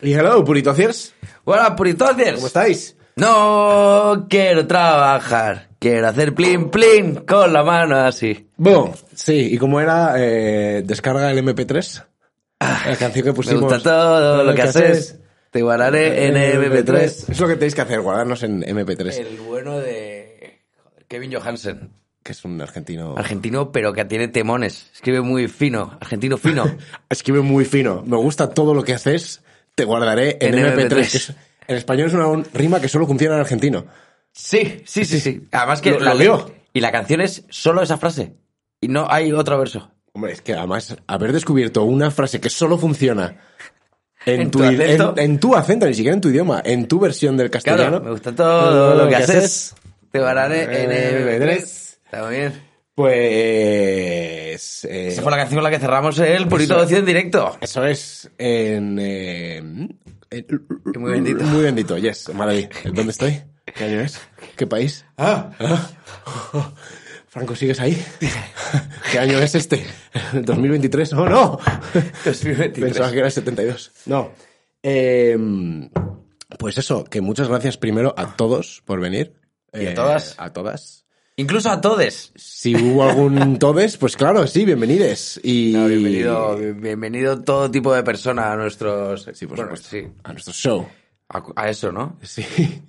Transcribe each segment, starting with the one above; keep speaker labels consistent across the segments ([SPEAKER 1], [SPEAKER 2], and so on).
[SPEAKER 1] Y hello, puritociers.
[SPEAKER 2] Hola, puritociers.
[SPEAKER 1] ¿Cómo estáis?
[SPEAKER 2] No quiero trabajar. Quiero hacer plin plin con la mano así.
[SPEAKER 1] Bueno, sí, y como era, eh, descarga el MP3. La canción que
[SPEAKER 2] Me
[SPEAKER 1] pusimos.
[SPEAKER 2] gusta todo lo que haces. Te guardaré en MP3.
[SPEAKER 1] Es lo que tenéis que hacer, guardarnos en MP3.
[SPEAKER 2] El bueno de joder, Kevin Johansen.
[SPEAKER 1] Que es un argentino.
[SPEAKER 2] Argentino, pero que tiene temones. Escribe muy fino. Argentino fino.
[SPEAKER 1] Escribe muy fino. Me gusta todo lo que haces. Te guardaré en,
[SPEAKER 2] En
[SPEAKER 1] MP3.
[SPEAKER 2] MP3.
[SPEAKER 1] que es- en español es una un- rima que solo funciona en argentino.
[SPEAKER 2] Sí, sí, sí, sí. Además que
[SPEAKER 1] Lo- lo veo.
[SPEAKER 2] Y la canción es solo esa frase. Y no hay otro verso.
[SPEAKER 1] Hombre, es que además haber descubierto una frase que solo funciona en,
[SPEAKER 2] ¿En
[SPEAKER 1] tu,
[SPEAKER 2] tu
[SPEAKER 1] i-
[SPEAKER 2] acento?
[SPEAKER 1] en, en tu acento, ni siquiera en tu idioma, en tu versión del castellano.
[SPEAKER 2] Claro, me gusta todo lo que haces. Te guardaré
[SPEAKER 1] Eh,
[SPEAKER 2] en MP3. Está muy bien.
[SPEAKER 1] Pues. eh,
[SPEAKER 2] Esa fue la canción con la que cerramos el Purito
[SPEAKER 1] Eso.
[SPEAKER 2] Ocio en directo.
[SPEAKER 1] Eso es. En. eh, en-
[SPEAKER 2] muy bendito.
[SPEAKER 1] Muy bendito, yes. Maravilla. ¿Dónde estoy? ¿Qué año es? ¿Qué país? Ah. Franco, ¿sigues ahí? ¿Qué año es este? ¿2023? ¡Oh, no!
[SPEAKER 2] 2023.
[SPEAKER 1] Pensaba que era el 72. No. Em, pues eso, que muchas gracias primero a todos por venir.
[SPEAKER 2] Y a
[SPEAKER 1] Eh,
[SPEAKER 2] todas.
[SPEAKER 1] A todas.
[SPEAKER 2] Incluso a todes.
[SPEAKER 1] Si hubo algún todes, pues claro, sí, bienvenides. Y...
[SPEAKER 2] No, bienvenido, bienvenido todo tipo de persona a nuestros...
[SPEAKER 1] Sí, por
[SPEAKER 2] bueno,
[SPEAKER 1] supuesto.
[SPEAKER 2] sí.
[SPEAKER 1] A nuestro show.
[SPEAKER 2] A, a eso, ¿no?
[SPEAKER 1] Sí.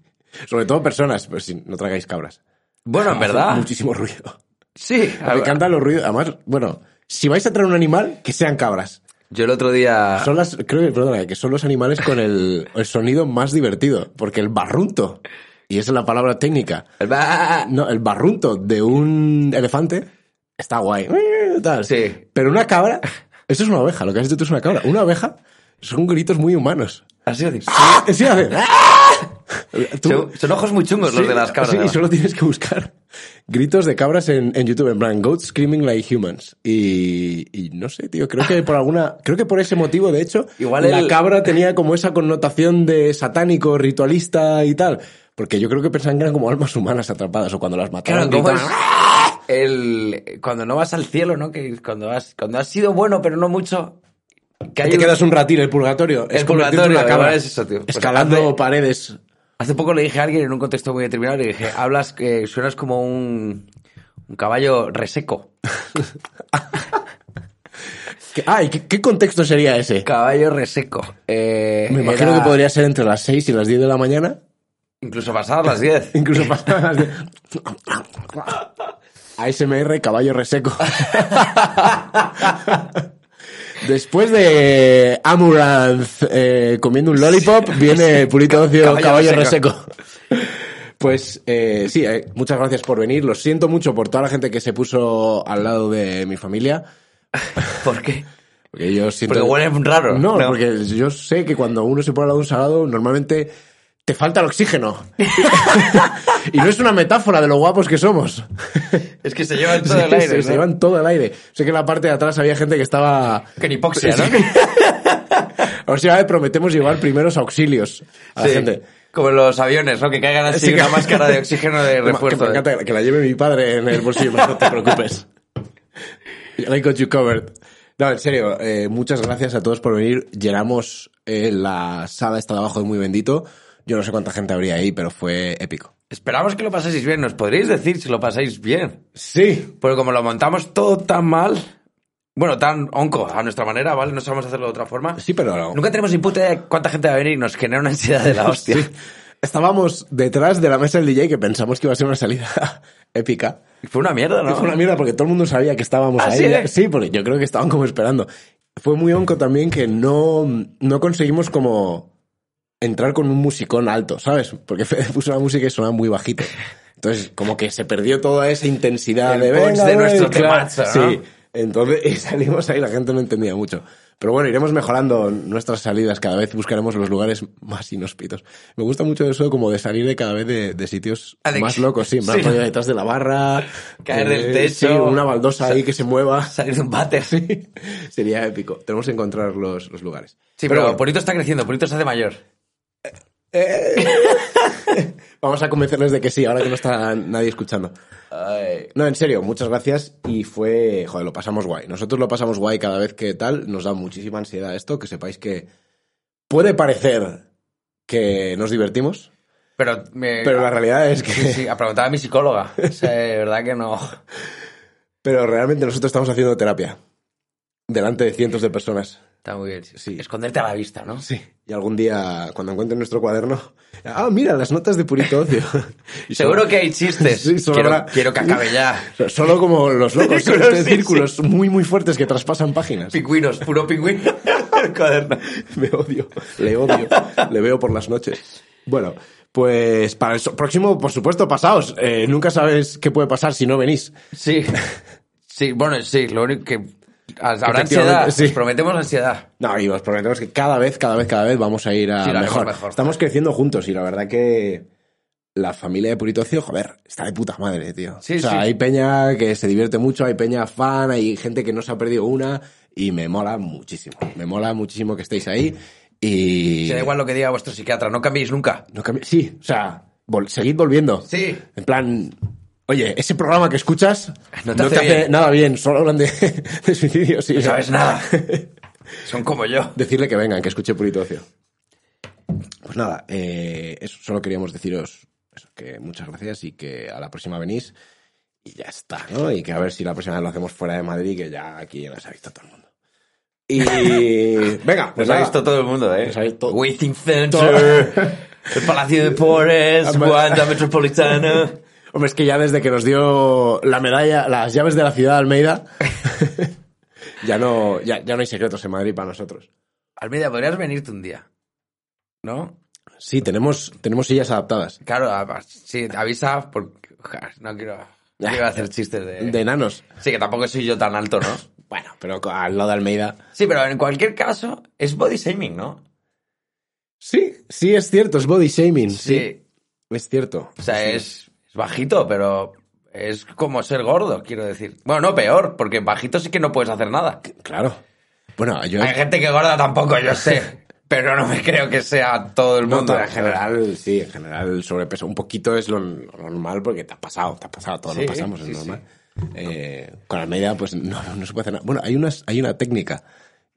[SPEAKER 1] Sobre todo personas, pues si no tragáis cabras.
[SPEAKER 2] Bueno, en
[SPEAKER 1] Hace
[SPEAKER 2] verdad.
[SPEAKER 1] Muchísimo ruido.
[SPEAKER 2] Sí. a
[SPEAKER 1] Me
[SPEAKER 2] ver,
[SPEAKER 1] encantan los ruidos. Además, bueno, si vais a traer un animal, que sean cabras.
[SPEAKER 2] Yo el otro día...
[SPEAKER 1] Son las, creo que, perdona, que son los animales con el, el sonido más divertido. Porque el barrunto, y esa es la palabra técnica,
[SPEAKER 2] Bah.
[SPEAKER 1] no, el barrunto de un elefante está guay. Tal.
[SPEAKER 2] Sí.
[SPEAKER 1] Pero una cabra, eso es una oveja, lo que has dicho tú es una cabra. Una oveja son gritos muy humanos.
[SPEAKER 2] Ha sido-
[SPEAKER 1] Sí, hace- Ah,
[SPEAKER 2] ¡Ah!
[SPEAKER 1] Tú-
[SPEAKER 2] Son, son ojos muy chungos los
[SPEAKER 1] Sí,
[SPEAKER 2] de las cabras.
[SPEAKER 1] sí, y
[SPEAKER 2] además.
[SPEAKER 1] solo tienes que buscar gritos de cabras en, en YouTube, en plan Goats Screaming Like Humans. Y, y no sé, tío, creo que por alguna, creo que por ese motivo, de hecho,
[SPEAKER 2] Igual
[SPEAKER 1] la
[SPEAKER 2] el-
[SPEAKER 1] cabra tenía como esa connotación de satánico, ritualista y tal. Porque yo creo que pensaban que eran como almas humanas atrapadas o cuando las "Ah",
[SPEAKER 2] Claro,
[SPEAKER 1] mataron.
[SPEAKER 2] ¿cómo es?
[SPEAKER 1] gritaban,
[SPEAKER 2] El, cuando no vas al cielo, ¿no? Que cuando has, cuando has sido bueno, pero no mucho. Que
[SPEAKER 1] "¡Ah!".
[SPEAKER 2] hay
[SPEAKER 1] Te
[SPEAKER 2] un-
[SPEAKER 1] quedas un ratín en el purgatorio.
[SPEAKER 2] El
[SPEAKER 1] es convertirte en
[SPEAKER 2] purgatorio,
[SPEAKER 1] una cabra,
[SPEAKER 2] igual es eso, tío. Pues
[SPEAKER 1] Escalando
[SPEAKER 2] hace-
[SPEAKER 1] paredes.
[SPEAKER 2] Hace poco le dije a alguien en un contexto muy determinado, le dije, hablas que suenas como un, un caballo reseco.
[SPEAKER 1] ¿Qué- Ay, ¿qué, qué contexto sería ese?
[SPEAKER 2] Caballo reseco. Eh,
[SPEAKER 1] Me imagino
[SPEAKER 2] era
[SPEAKER 1] que podría ser entre las 6 y las 10 de la mañana.
[SPEAKER 2] Incluso pasadas las 10.
[SPEAKER 1] Incluso pasadas de... ASMR caballo reseco. Después de Amuranth eh, comiendo un lollipop, viene Purito Ocio
[SPEAKER 2] Caballo
[SPEAKER 1] caballo,
[SPEAKER 2] reseco.
[SPEAKER 1] reseco. Pues eh, sí, eh, muchas gracias por venir. Lo siento mucho por toda la gente que se puso al lado de mi familia.
[SPEAKER 2] ¿Por qué?
[SPEAKER 1] Porque yo siento...
[SPEAKER 2] Porque huele raro.
[SPEAKER 1] No, porque yo sé que cuando uno se pone al lado de un salado, normalmente te falta el oxígeno. y no es una metáfora de lo guapos que somos.
[SPEAKER 2] Es que se lleva todo
[SPEAKER 1] Sí,
[SPEAKER 2] el aire.
[SPEAKER 1] se,
[SPEAKER 2] ¿no?
[SPEAKER 1] se llevan todo el aire. Sé que en la parte de atrás había gente que estaba...
[SPEAKER 2] Con hipoxia, ¿no?
[SPEAKER 1] Sí. O sea, eh, prometemos llevar primeros auxilios a
[SPEAKER 2] Sí.
[SPEAKER 1] la gente.
[SPEAKER 2] Como los aviones, ¿no? Que caigan así
[SPEAKER 1] Sí,
[SPEAKER 2] una
[SPEAKER 1] que-
[SPEAKER 2] máscara de oxígeno de
[SPEAKER 1] Que me-
[SPEAKER 2] refuerzo. eh.
[SPEAKER 1] Que, me encanta que la lleve mi padre en el bolsillo, no te preocupes. I got you covered. No, en serio, eh, muchas gracias a todos por venir. Llenamos eh, la sala esta de abajo de Muy Bendito. Yo no sé cuánta gente habría ahí, pero fue épico.
[SPEAKER 2] Esperamos que lo paséis bien. ¿Nos podríais decir si lo pasáis bien?
[SPEAKER 1] Sí.
[SPEAKER 2] Porque como lo montamos todo tan mal, bueno, tan onco, a nuestra manera, ¿vale? No sabemos hacerlo de otra forma.
[SPEAKER 1] Sí, pero no.
[SPEAKER 2] Nunca tenemos ni puta idea de cuánta gente va a venir y nos genera una ansiedad de la hostia.
[SPEAKER 1] Sí. Estábamos detrás de la mesa del DJ que pensamos que iba a ser una salida épica.
[SPEAKER 2] Fue una mierda,
[SPEAKER 1] Y
[SPEAKER 2] ¿no?
[SPEAKER 1] Fue una mierda porque todo el mundo sabía que estábamos
[SPEAKER 2] ¿Ah,
[SPEAKER 1] ahí.
[SPEAKER 2] sí?
[SPEAKER 1] Sí, porque yo creo que estaban como esperando. Fue muy onco también que no, no conseguimos como entrar con un musicón alto, ¿sabes? Porque Fede puso la música y sonaba muy bajito. Entonces, como que se perdió toda esa intensidad
[SPEAKER 2] El
[SPEAKER 1] de
[SPEAKER 2] punch
[SPEAKER 1] "Venga,
[SPEAKER 2] de
[SPEAKER 1] venga",
[SPEAKER 2] nuestro
[SPEAKER 1] claro.
[SPEAKER 2] temazo, ¿no?
[SPEAKER 1] Sí. Entonces, y salimos ahí, la gente no entendía mucho. Pero bueno, iremos mejorando nuestras salidas. Cada vez buscaremos los lugares más inhóspitos. Me gusta mucho eso como de salir de cada vez de, de sitios
[SPEAKER 2] Ah, de
[SPEAKER 1] más
[SPEAKER 2] que-
[SPEAKER 1] locos. Sí, en plan,
[SPEAKER 2] sí.
[SPEAKER 1] rollo detrás de la barra.
[SPEAKER 2] Caer del
[SPEAKER 1] Eh, sí,
[SPEAKER 2] techo.
[SPEAKER 1] una baldosa ahí que se mueva.
[SPEAKER 2] Salir de un váter. Sí,
[SPEAKER 1] Sería épico. Tenemos que encontrar los, los lugares.
[SPEAKER 2] pero,
[SPEAKER 1] bueno,
[SPEAKER 2] Polito está creciendo, Polito se hace mayor.
[SPEAKER 1] vamos a convencerles de que sí, ahora que no está nadie escuchando. No, en serio, muchas gracias y fue, joder, lo pasamos guay. Nosotros lo pasamos guay cada vez que tal, nos da muchísima ansiedad esto, que sepáis que puede parecer que nos divertimos,
[SPEAKER 2] Pero, me-
[SPEAKER 1] pero la realidad es que...
[SPEAKER 2] Sí, a preguntar a mi psicóloga. O sea, de verdad que no.
[SPEAKER 1] Pero realmente nosotros estamos haciendo terapia delante de cientos de personas.
[SPEAKER 2] Está muy bien.
[SPEAKER 1] Sí.
[SPEAKER 2] Esconderte a la vista, ¿no?
[SPEAKER 1] Sí. Y algún día, cuando encuentren nuestro cuaderno, ah, mira, las notas de Purito Ocio. Y
[SPEAKER 2] Seguro
[SPEAKER 1] solo-
[SPEAKER 2] que hay chistes.
[SPEAKER 1] Sí, solo
[SPEAKER 2] quiero,
[SPEAKER 1] habrá-
[SPEAKER 2] quiero que acabe ya.
[SPEAKER 1] Solo como los locos,
[SPEAKER 2] Círculos,
[SPEAKER 1] este,
[SPEAKER 2] sí,
[SPEAKER 1] círculos muy, muy fuertes que traspasan páginas.
[SPEAKER 2] Pingüinos, puro pingüino. El cuaderno.
[SPEAKER 1] Me odio, le odio, le veo por las noches. Bueno, pues para el so- próximo, por supuesto, pasaos. Eh, nunca sabes qué puede pasar si no venís.
[SPEAKER 2] Sí. Sí, bueno, sí, lo único que. Habrá
[SPEAKER 1] Efectivamente,
[SPEAKER 2] ansiedad.
[SPEAKER 1] sí.
[SPEAKER 2] Os prometemos ansiedad.
[SPEAKER 1] No, y os prometemos que cada vez, cada vez, cada vez vamos a ir a
[SPEAKER 2] Sí, lo haremos
[SPEAKER 1] mejor.
[SPEAKER 2] mejor.
[SPEAKER 1] Estamos creciendo juntos y la verdad que la familia de Purito Ocio, joder, está de puta madre, tío.
[SPEAKER 2] Sí,
[SPEAKER 1] o sea,
[SPEAKER 2] sí.
[SPEAKER 1] hay peña que se divierte mucho, hay peña fan, hay gente que no se ha perdido una y me mola muchísimo. Me mola muchísimo que estéis ahí y...
[SPEAKER 2] Se da igual lo que diga vuestro psiquiatra, no cambiéis nunca.
[SPEAKER 1] No cambi- Sí, o sea, vol- seguid volviendo.
[SPEAKER 2] Sí.
[SPEAKER 1] En plan, oye, ese programa que escuchas no te,
[SPEAKER 2] No te hace
[SPEAKER 1] hace
[SPEAKER 2] bien.
[SPEAKER 1] nada bien, solo hablan de, de suicidios y
[SPEAKER 2] No sabes nada. Son como yo.
[SPEAKER 1] Decirle que vengan, que escuche Purito Ocio. Pues nada, eh, eso, solo queríamos deciros eso, que muchas gracias y que a la próxima venís y ya está, ¿no? Y que a ver si la próxima vez lo hacemos fuera de Madrid, que ya aquí ya nos ha visto todo el mundo. Y venga, pues
[SPEAKER 2] Nos
[SPEAKER 1] nada.
[SPEAKER 2] ha visto todo el mundo, ¿eh?
[SPEAKER 1] Nos ha visto-
[SPEAKER 2] Waiting Center, el Palacio de Deportes,
[SPEAKER 1] Hombre.
[SPEAKER 2] Wanda Metropolitana.
[SPEAKER 1] Hombre, es que ya desde que nos dio la medalla, las llaves de la ciudad de Almeida, ya no, ya, ya no hay secretos en Madrid para nosotros.
[SPEAKER 2] Almeida, podrías venirte un día. ¿No?
[SPEAKER 1] Sí, tenemos, tenemos sillas adaptadas.
[SPEAKER 2] Claro, a- sí, avisa porque ja, no quiero, no quiero hacer chistes de...
[SPEAKER 1] De enanos.
[SPEAKER 2] Sí, que tampoco soy yo tan alto, ¿no?
[SPEAKER 1] Bueno, pero co- al lado de Almeida.
[SPEAKER 2] Sí, pero en cualquier caso, es body shaming, ¿no?
[SPEAKER 1] Sí, sí, es cierto, es body shaming. Sí. Es cierto.
[SPEAKER 2] O sea, es, es bajito, pero es como ser gordo, quiero decir. Bueno, no peor, porque bajito sí que no puedes hacer nada.
[SPEAKER 1] Claro. Bueno, yo
[SPEAKER 2] Hay gente que gorda tampoco, yo sé. Pero no me creo que sea todo el
[SPEAKER 1] No,
[SPEAKER 2] mundo.
[SPEAKER 1] en general, sí, en general el sobrepeso un poquito es lo n- normal porque te ha pasado, te ha pasado, todos
[SPEAKER 2] Sí,
[SPEAKER 1] lo pasamos, es
[SPEAKER 2] sí,
[SPEAKER 1] normal. Eh, con Almeida, pues no, no, no se puede hacer nada. Bueno, hay, unas, hay una técnica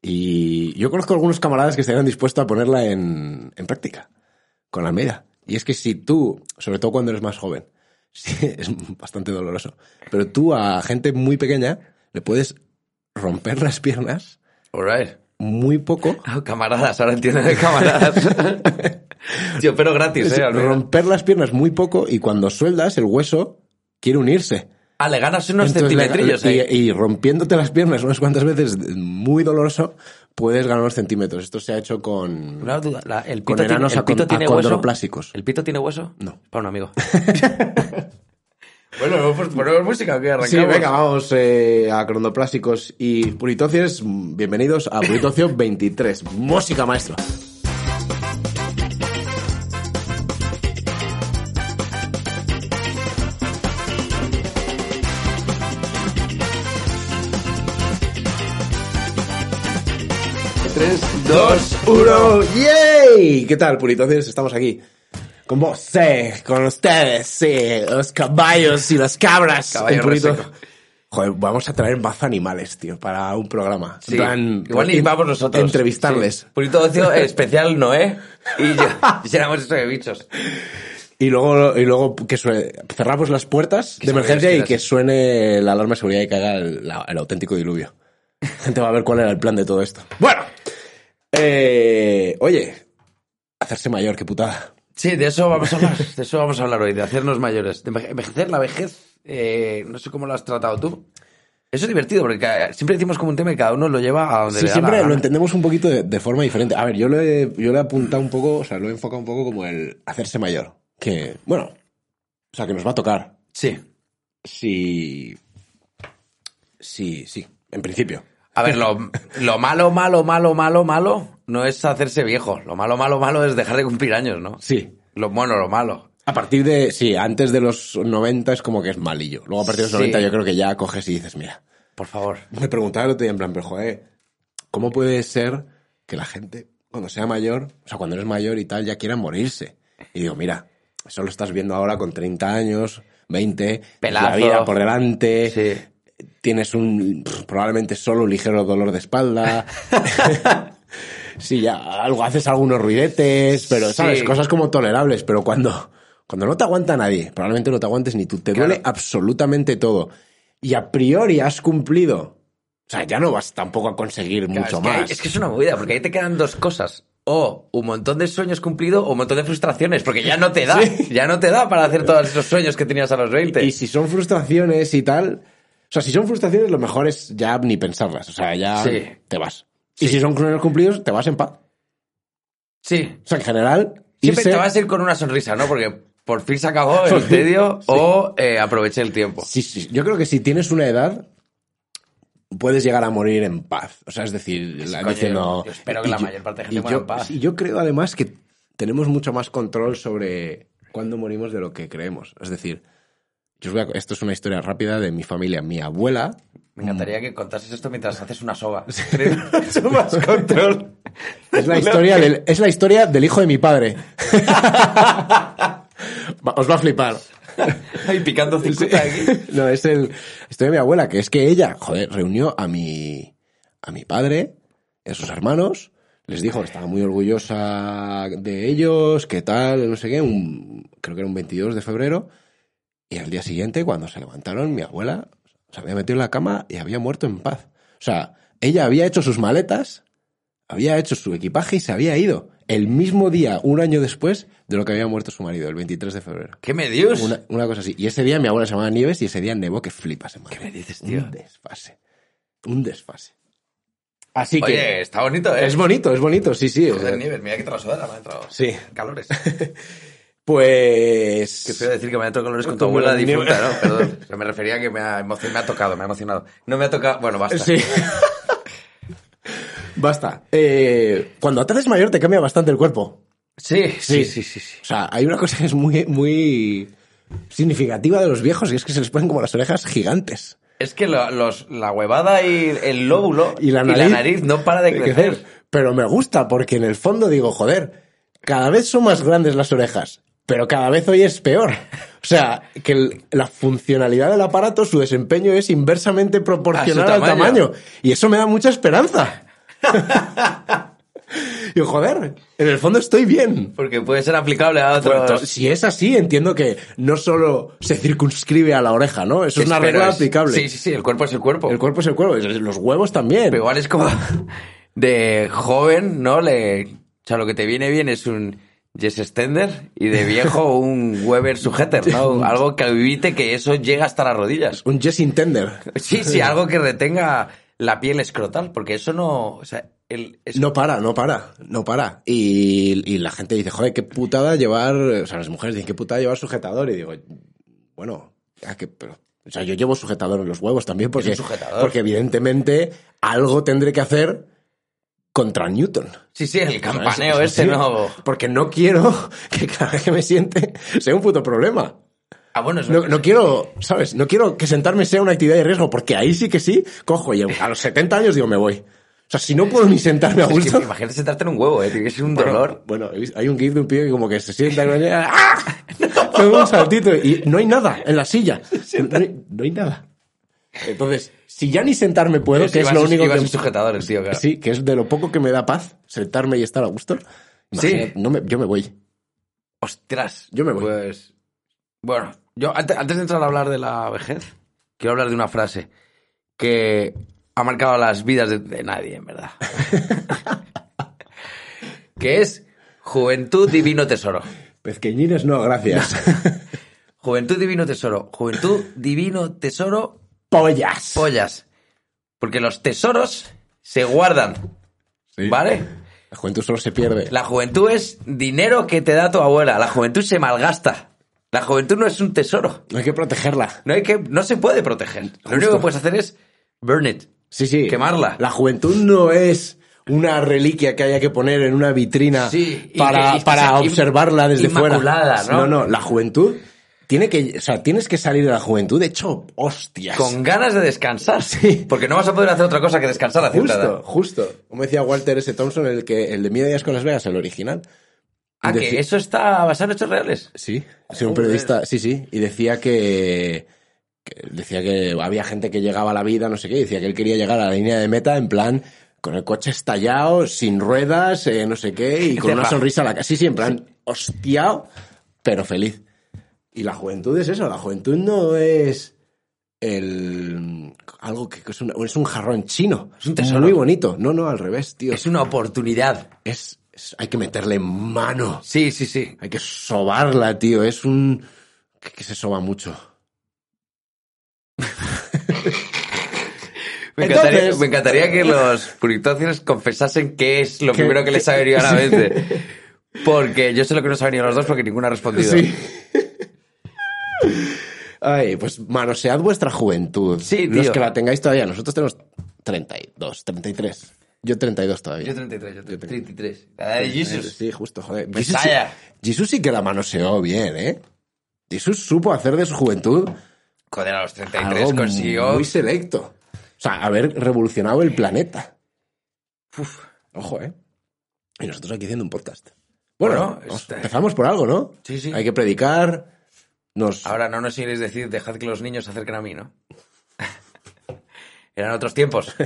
[SPEAKER 1] y yo conozco algunos camaradas que estarían dispuestos a ponerla en, en práctica con Almeida. Y es que si tú, sobre todo cuando eres más joven, sí, es bastante doloroso, pero tú a gente muy pequeña le puedes romper las piernas
[SPEAKER 2] All right.
[SPEAKER 1] muy poco.
[SPEAKER 2] Ah, camaradas, ahora entiendo de camaradas. Tío, pero gratis,
[SPEAKER 1] Sí,
[SPEAKER 2] ¿eh? al menos.
[SPEAKER 1] romper las piernas muy poco y cuando sueldas el hueso quiere unirse.
[SPEAKER 2] Ah, le ganas unos
[SPEAKER 1] Entonces,
[SPEAKER 2] centimetrillos ¿eh?
[SPEAKER 1] le-
[SPEAKER 2] ahí.
[SPEAKER 1] y, y rompiéndote las piernas unas cuantas veces, muy doloroso, puedes ganar unos centímetros. Esto se ha hecho con...
[SPEAKER 2] Una duda, la- el
[SPEAKER 1] con
[SPEAKER 2] pito tiene,
[SPEAKER 1] enanos
[SPEAKER 2] el
[SPEAKER 1] acon-
[SPEAKER 2] pito tiene hueso.
[SPEAKER 1] acondroplásicos.
[SPEAKER 2] ¿El pito tiene hueso?
[SPEAKER 1] No.
[SPEAKER 2] Para un amigo. bueno, hemos puesto- ponemos música o qué?
[SPEAKER 1] Sí, venga, vamos eh, a crondoplásicos y puritocios. Bienvenidos a Puritocio 23. Música, maestro. Tres, dos, uno, ¡yay! ¿Qué tal, puritocios? Estamos aquí con vos, sí, con ustedes, sí, los caballos y las cabras.
[SPEAKER 2] Caballo
[SPEAKER 1] Un purito-
[SPEAKER 2] reseco.
[SPEAKER 1] Joder, vamos a traer más animales, tío, para un programa. En
[SPEAKER 2] Sí.
[SPEAKER 1] plan,
[SPEAKER 2] Igual ni
[SPEAKER 1] en-
[SPEAKER 2] vamos nosotros.
[SPEAKER 1] Entrevistarles.
[SPEAKER 2] Sí. Purito ocio especial Noé y yo. Hiciéramos eso de bichos.
[SPEAKER 1] Y luego, y luego que suene- cerramos las puertas de
[SPEAKER 2] suene
[SPEAKER 1] emergencia
[SPEAKER 2] las
[SPEAKER 1] y
[SPEAKER 2] tiras.
[SPEAKER 1] que suene la alarma de seguridad y que haga el, la- el auténtico diluvio. La gente va a ver cuál era el plan de todo esto. Bueno, eh, oye, hacerse mayor, qué putada.
[SPEAKER 2] Sí, de eso vamos a hablar. De eso vamos a hablar hoy, de hacernos mayores. De enveje- envejecer, la vejez, eh, no sé cómo lo has tratado tú. Eso es divertido, porque ca- siempre decimos como un tema y cada uno lo lleva a donde
[SPEAKER 1] Sí,
[SPEAKER 2] le da la
[SPEAKER 1] siempre lo
[SPEAKER 2] gana.
[SPEAKER 1] entendemos un poquito de, de forma diferente. A ver, yo lo, he, yo lo he apuntado un poco, o sea, lo he enfocado un poco como el hacerse mayor. Que, bueno, o sea, que nos va a tocar.
[SPEAKER 2] Sí.
[SPEAKER 1] Si. Sí, sí, en principio.
[SPEAKER 2] A ver, lo, lo malo, malo, malo, malo, malo no es hacerse viejo. Lo malo, malo, malo es dejar de cumplir años, ¿no?
[SPEAKER 1] Sí.
[SPEAKER 2] Lo bueno, lo malo.
[SPEAKER 1] A partir de, sí, antes de los 90 es como que es malillo. Luego a partir de los
[SPEAKER 2] Sí.
[SPEAKER 1] 90 yo creo que ya coges y dices, mira,
[SPEAKER 2] Por favor.
[SPEAKER 1] me preguntaba el otro día en plan, pero joder, ¿cómo puede ser que la gente cuando sea mayor, o sea, cuando eres mayor y tal, ya quiera morirse? Y digo, mira, eso lo estás viendo ahora con 30 años, 20, la
[SPEAKER 2] Pelazo.
[SPEAKER 1] vida por delante,
[SPEAKER 2] Sí.
[SPEAKER 1] tienes un pff, probablemente solo un ligero dolor de espalda. sí, ya algo haces algunos ruidetes, pero sabes,
[SPEAKER 2] Sí.
[SPEAKER 1] cosas como tolerables, pero cuando cuando no te aguanta nadie, probablemente no te aguantes ni tú, te
[SPEAKER 2] Claro.
[SPEAKER 1] duele absolutamente todo. Y a priori has cumplido. O sea, ya no vas tampoco a conseguir mucho
[SPEAKER 2] es que, hay-
[SPEAKER 1] más.
[SPEAKER 2] es que es una movida, porque ahí te quedan dos cosas. O un montón de sueños cumplidos o un montón de frustraciones, porque ya no te da. Ya no te da para hacer todos esos sueños que tenías a los 20.
[SPEAKER 1] Y si son frustraciones y tal, o sea, si son frustraciones lo mejor es ya ni pensarlas, o sea, ya
[SPEAKER 2] Sí.
[SPEAKER 1] te vas. Y si son sueños cumplidos, te vas en paz.
[SPEAKER 2] sí.
[SPEAKER 1] O sea, en general,
[SPEAKER 2] Siempre
[SPEAKER 1] irse-
[SPEAKER 2] te vas a ir con una sonrisa, ¿no? Porque por fin se acabó el tedio o eh, aproveché el tiempo.
[SPEAKER 1] Sí, sí. Yo creo que si tienes una edad, puedes llegar a morir en paz. O sea, es decir, la,
[SPEAKER 2] coño,
[SPEAKER 1] diciendo.
[SPEAKER 2] yo espero que
[SPEAKER 1] y
[SPEAKER 2] la
[SPEAKER 1] yo-
[SPEAKER 2] mayor parte de
[SPEAKER 1] y
[SPEAKER 2] gente muera
[SPEAKER 1] yo-
[SPEAKER 2] en paz.
[SPEAKER 1] Y yo creo además que tenemos mucho más control sobre cuándo morimos de lo que creemos. Es decir, yo os voy a- esto es una historia rápida de mi familia. Mi abuela.
[SPEAKER 2] Me encantaría que contases esto mientras haces una soga. Tienes mucho más control.
[SPEAKER 1] Es la historia del, es la historia del hijo de mi padre. Va- Os va a flipar.
[SPEAKER 2] Ahí picando 50 aquí.
[SPEAKER 1] No, es el. Estoy de mi abuela, que es que ella, joder, reunió a mi. a mi padre, a sus hermanos, les dijo que estaba muy orgullosa de ellos, que tal, no sé qué, un- creo que era un 22 de febrero, y al día siguiente, cuando se levantaron, mi abuela se había metido en la cama y había muerto en paz. O sea, ella había hecho sus maletas, había hecho su equipaje y se había ido. El mismo día, un año después, de lo que había muerto su marido, el 23 de febrero.
[SPEAKER 2] ¿Qué me dios?
[SPEAKER 1] Una, una cosa así. Y ese día mi abuela se llamaba Nieves y ese día nevó que flipas en Madrid.
[SPEAKER 2] ¿Qué me dices, tío?
[SPEAKER 1] Un desfase. Un desfase. Así
[SPEAKER 2] Oye,
[SPEAKER 1] que...
[SPEAKER 2] está bonito, ¿eh?
[SPEAKER 1] Es bonito, es bonito, sí, sí. o sea,
[SPEAKER 2] Joder, Nieves, mira que te la sudara, me ha entrado
[SPEAKER 1] Sí.
[SPEAKER 2] calores.
[SPEAKER 1] Pues...
[SPEAKER 2] Qué feo decir que me ha entrado colores con tu
[SPEAKER 1] Como la
[SPEAKER 2] abuela difunta, ¿no? Perdón. Pero me refería a que me ha, emocionado, me ha tocado, me ha emocionado. No me ha tocado... Bueno, basta.
[SPEAKER 1] Sí. Basta. Eh, cuando te haces mayor te cambia bastante el cuerpo.
[SPEAKER 2] Sí, sí, sí, sí, sí.
[SPEAKER 1] O sea, hay una cosa que es muy, muy significativa de los viejos y es que se les ponen como las orejas gigantes.
[SPEAKER 2] Es que lo- los, la huevada y el lóbulo
[SPEAKER 1] y la nariz,
[SPEAKER 2] no para de crecer.
[SPEAKER 1] Pero me gusta porque en el fondo digo, joder, cada vez son más grandes las orejas, pero cada vez hoy es peor. O sea, que el- la funcionalidad del aparato, su desempeño es inversamente proporcional
[SPEAKER 2] A
[SPEAKER 1] al
[SPEAKER 2] su tamaño.
[SPEAKER 1] tamaño. Y eso me da mucha esperanza. Digo, joder, en el fondo estoy bien.
[SPEAKER 2] Porque puede ser aplicable a otros...
[SPEAKER 1] Bueno, si es así, entiendo que no solo se circunscribe a la oreja, ¿no? Eso es una
[SPEAKER 2] Pero
[SPEAKER 1] regla
[SPEAKER 2] es-
[SPEAKER 1] aplicable.
[SPEAKER 2] Sí, sí, sí, el cuerpo es el cuerpo.
[SPEAKER 1] El cuerpo es el cuerpo, los huevos también.
[SPEAKER 2] Pero igual es como de joven, ¿no? Le, o sea, lo que te viene bien es un Jess Extender y de viejo un Weber Sujeter, ¿no? Algo que evite que eso llegue hasta las rodillas.
[SPEAKER 1] Un Jess Intender.
[SPEAKER 2] Sí, sí, algo que retenga la piel escrotal, porque eso no... O sea, el, es-
[SPEAKER 1] No para, no para, no para. Y, y la gente dice, joder, qué putada llevar, o sea, las mujeres dicen, qué putada llevar sujetador. Y digo, bueno, ¿a qué- pero, o sea, yo llevo sujetador en los huevos también porque,
[SPEAKER 2] Es un sujetador.
[SPEAKER 1] porque evidentemente algo tendré que hacer contra Newton.
[SPEAKER 2] Sí, sí, el campaneo
[SPEAKER 1] Eso- eso
[SPEAKER 2] este
[SPEAKER 1] sí,
[SPEAKER 2] no...
[SPEAKER 1] Porque no quiero que cada vez que me siente sea un puto problema.
[SPEAKER 2] Ah, bueno, es
[SPEAKER 1] No, no quiero, ¿sabes? No quiero que sentarme sea una actividad de riesgo, porque ahí sí que sí, cojo y a los 70 años digo, me voy. O sea, si no puedo ni sentarme a
[SPEAKER 2] es que
[SPEAKER 1] gusto.
[SPEAKER 2] imagínate sentarte en un huevo, ¿eh? Tiene que ser un dolor.
[SPEAKER 1] Bueno, he visto- hay un gif de un pibe que como que se sienta y me- ¡Ah! Tengo un saltito y no hay nada en la silla. No hay, no hay nada. Entonces, si ya ni sentarme puedo, que es
[SPEAKER 2] Ibas-
[SPEAKER 1] lo único que...
[SPEAKER 2] ibas sin sujetadores, tío, claro.
[SPEAKER 1] Sí, que es de lo poco que me da paz sentarme y estar a gusto. Imagínate, no me- yo me voy.
[SPEAKER 2] Ostras.
[SPEAKER 1] Yo me voy.
[SPEAKER 2] Pues. Bueno, yo ante- antes, de entrar a hablar de la vejez, quiero hablar de una frase que ha marcado las vidas de, de nadie, en verdad. que es Juventud Divino Tesoro.
[SPEAKER 1] Pezqueñines no, gracias.
[SPEAKER 2] Juventud Divino Tesoro. Juventud Divino Tesoro
[SPEAKER 1] Pollas.
[SPEAKER 2] Pollas. Porque los tesoros se guardan.
[SPEAKER 1] Sí.
[SPEAKER 2] ¿Vale?
[SPEAKER 1] La juventud solo se pierde.
[SPEAKER 2] La juventud es dinero que te da tu abuela. La juventud se malgasta. La juventud no es un tesoro.
[SPEAKER 1] No hay que protegerla.
[SPEAKER 2] No, hay que, no se puede proteger. Lo único que puedes hacer es burn it.
[SPEAKER 1] Sí, sí.
[SPEAKER 2] Quemarla.
[SPEAKER 1] La juventud no es una reliquia que haya que poner en una vitrina
[SPEAKER 2] Sí, y
[SPEAKER 1] para,
[SPEAKER 2] que- y-
[SPEAKER 1] para
[SPEAKER 2] o sea,
[SPEAKER 1] observarla desde
[SPEAKER 2] inmaculada,
[SPEAKER 1] fuera.
[SPEAKER 2] ¿no?
[SPEAKER 1] no, la juventud tiene que, o sea, tienes que salir de la juventud. De hecho, hostias.
[SPEAKER 2] Con ganas de descansar.
[SPEAKER 1] Sí.
[SPEAKER 2] Porque no vas a poder hacer otra cosa que descansar a cierta
[SPEAKER 1] Justo,
[SPEAKER 2] edad.
[SPEAKER 1] justo. Como decía Walter S. Thompson, el que el de Miedo y Asco en Las Vegas, el original.
[SPEAKER 2] Ah, que
[SPEAKER 1] Deci-
[SPEAKER 2] eso está basado en hechos reales.
[SPEAKER 1] Sí, sí, un periodista, sí, sí, y decía que, que decía que había gente que llegaba a la vida, no sé qué, y decía que él quería llegar a la línea de meta en plan con el coche estallado, sin ruedas, eh, no sé qué, y con
[SPEAKER 2] Te
[SPEAKER 1] una
[SPEAKER 2] pa-
[SPEAKER 1] sonrisa a la cara. Sí, sí, en plan hostiao, pero feliz. Y la juventud es eso, la juventud no es el algo que que es un, es un jarrón chino, es
[SPEAKER 2] un tesoro.
[SPEAKER 1] muy bonito. No, no, al revés, tío.
[SPEAKER 2] Es una oportunidad.
[SPEAKER 1] Es- es hay que meterle mano.
[SPEAKER 2] Sí, sí, sí.
[SPEAKER 1] Hay que sobarla, tío. Es un... Que, que se soba mucho.
[SPEAKER 2] Me,
[SPEAKER 1] Entonces-
[SPEAKER 2] encantaría, me encantaría que los puritóceros confesasen qué es lo
[SPEAKER 1] ¿Qué-
[SPEAKER 2] primero que les ha
[SPEAKER 1] qué-
[SPEAKER 2] venido a la
[SPEAKER 1] sí.
[SPEAKER 2] mente. Porque yo sé lo que nos ha venido a los dos porque ninguno ha respondido.
[SPEAKER 1] Ay, pues manosead vuestra juventud.
[SPEAKER 2] Sí,
[SPEAKER 1] Los
[SPEAKER 2] tío.
[SPEAKER 1] que la tengáis todavía. Nosotros tenemos 32, 33. Yo 32 todavía.
[SPEAKER 2] Yo 33, yo 33. La edad de Jesus.
[SPEAKER 1] Sí, justo, joder.
[SPEAKER 2] Pues
[SPEAKER 1] Jesús sí,
[SPEAKER 2] vaya.
[SPEAKER 1] Jesús sí que la manoseó bien, ¿eh? Jesús supo hacer de su juventud
[SPEAKER 2] Joder, a los 33
[SPEAKER 1] algo
[SPEAKER 2] consiguió.
[SPEAKER 1] muy selecto. O sea, haber revolucionado el planeta. Ojo, ¿eh? Y nosotros aquí haciendo un podcast. Bueno,
[SPEAKER 2] Bueno,
[SPEAKER 1] os-
[SPEAKER 2] este-
[SPEAKER 1] empezamos por algo, ¿no?
[SPEAKER 2] Sí, sí.
[SPEAKER 1] Hay que predicar. Nos...
[SPEAKER 2] Ahora no nos queréis decir, dejad que los niños se acerquen a mí, ¿no? Eran otros tiempos.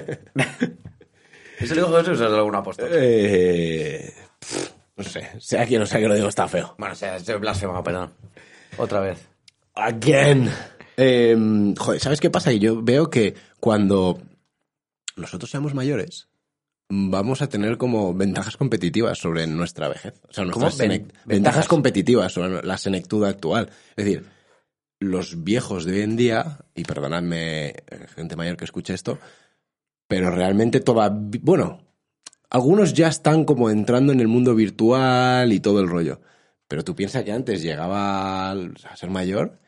[SPEAKER 2] Eso lo dijo Jesús o es algún apóstol.
[SPEAKER 1] Eh, pff, No sé, sea quien no sea que lo digo, está feo.
[SPEAKER 2] Bueno, o sea, es blasfema, perdón. Otra vez.
[SPEAKER 1] Again. Em, joder, ¿sabes qué pasa? Que yo veo que cuando nosotros seamos mayores, vamos a tener como ventajas competitivas sobre nuestra vejez. O sea, nuestras
[SPEAKER 2] Ven-
[SPEAKER 1] senec-
[SPEAKER 2] ventajas?
[SPEAKER 1] ventajas? competitivas sobre la senectud actual. Es decir, los viejos de hoy en día, y perdonadme, eh, gente mayor que escuche esto, pero realmente toda. Bueno, algunos ya están como entrando en el mundo virtual y todo el rollo. Pero tú piensas que antes llegaba al- a ser mayor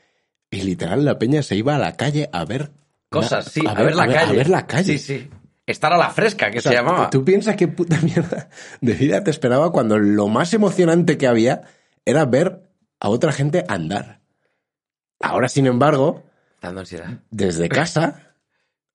[SPEAKER 1] y literal la peña se iba a la calle a ver
[SPEAKER 2] Cosas,
[SPEAKER 1] na-
[SPEAKER 2] sí, a, ver la calle.
[SPEAKER 1] A ver la calle.
[SPEAKER 2] Sí, sí. Estar a la fresca, que
[SPEAKER 1] O sea,
[SPEAKER 2] se llamaba.
[SPEAKER 1] ¿Tú piensas qué puta mierda de vida te esperaba cuando lo más emocionante que había era ver a otra gente andar? Ahora, sin embargo,
[SPEAKER 2] Dando ansiedad.
[SPEAKER 1] desde casa,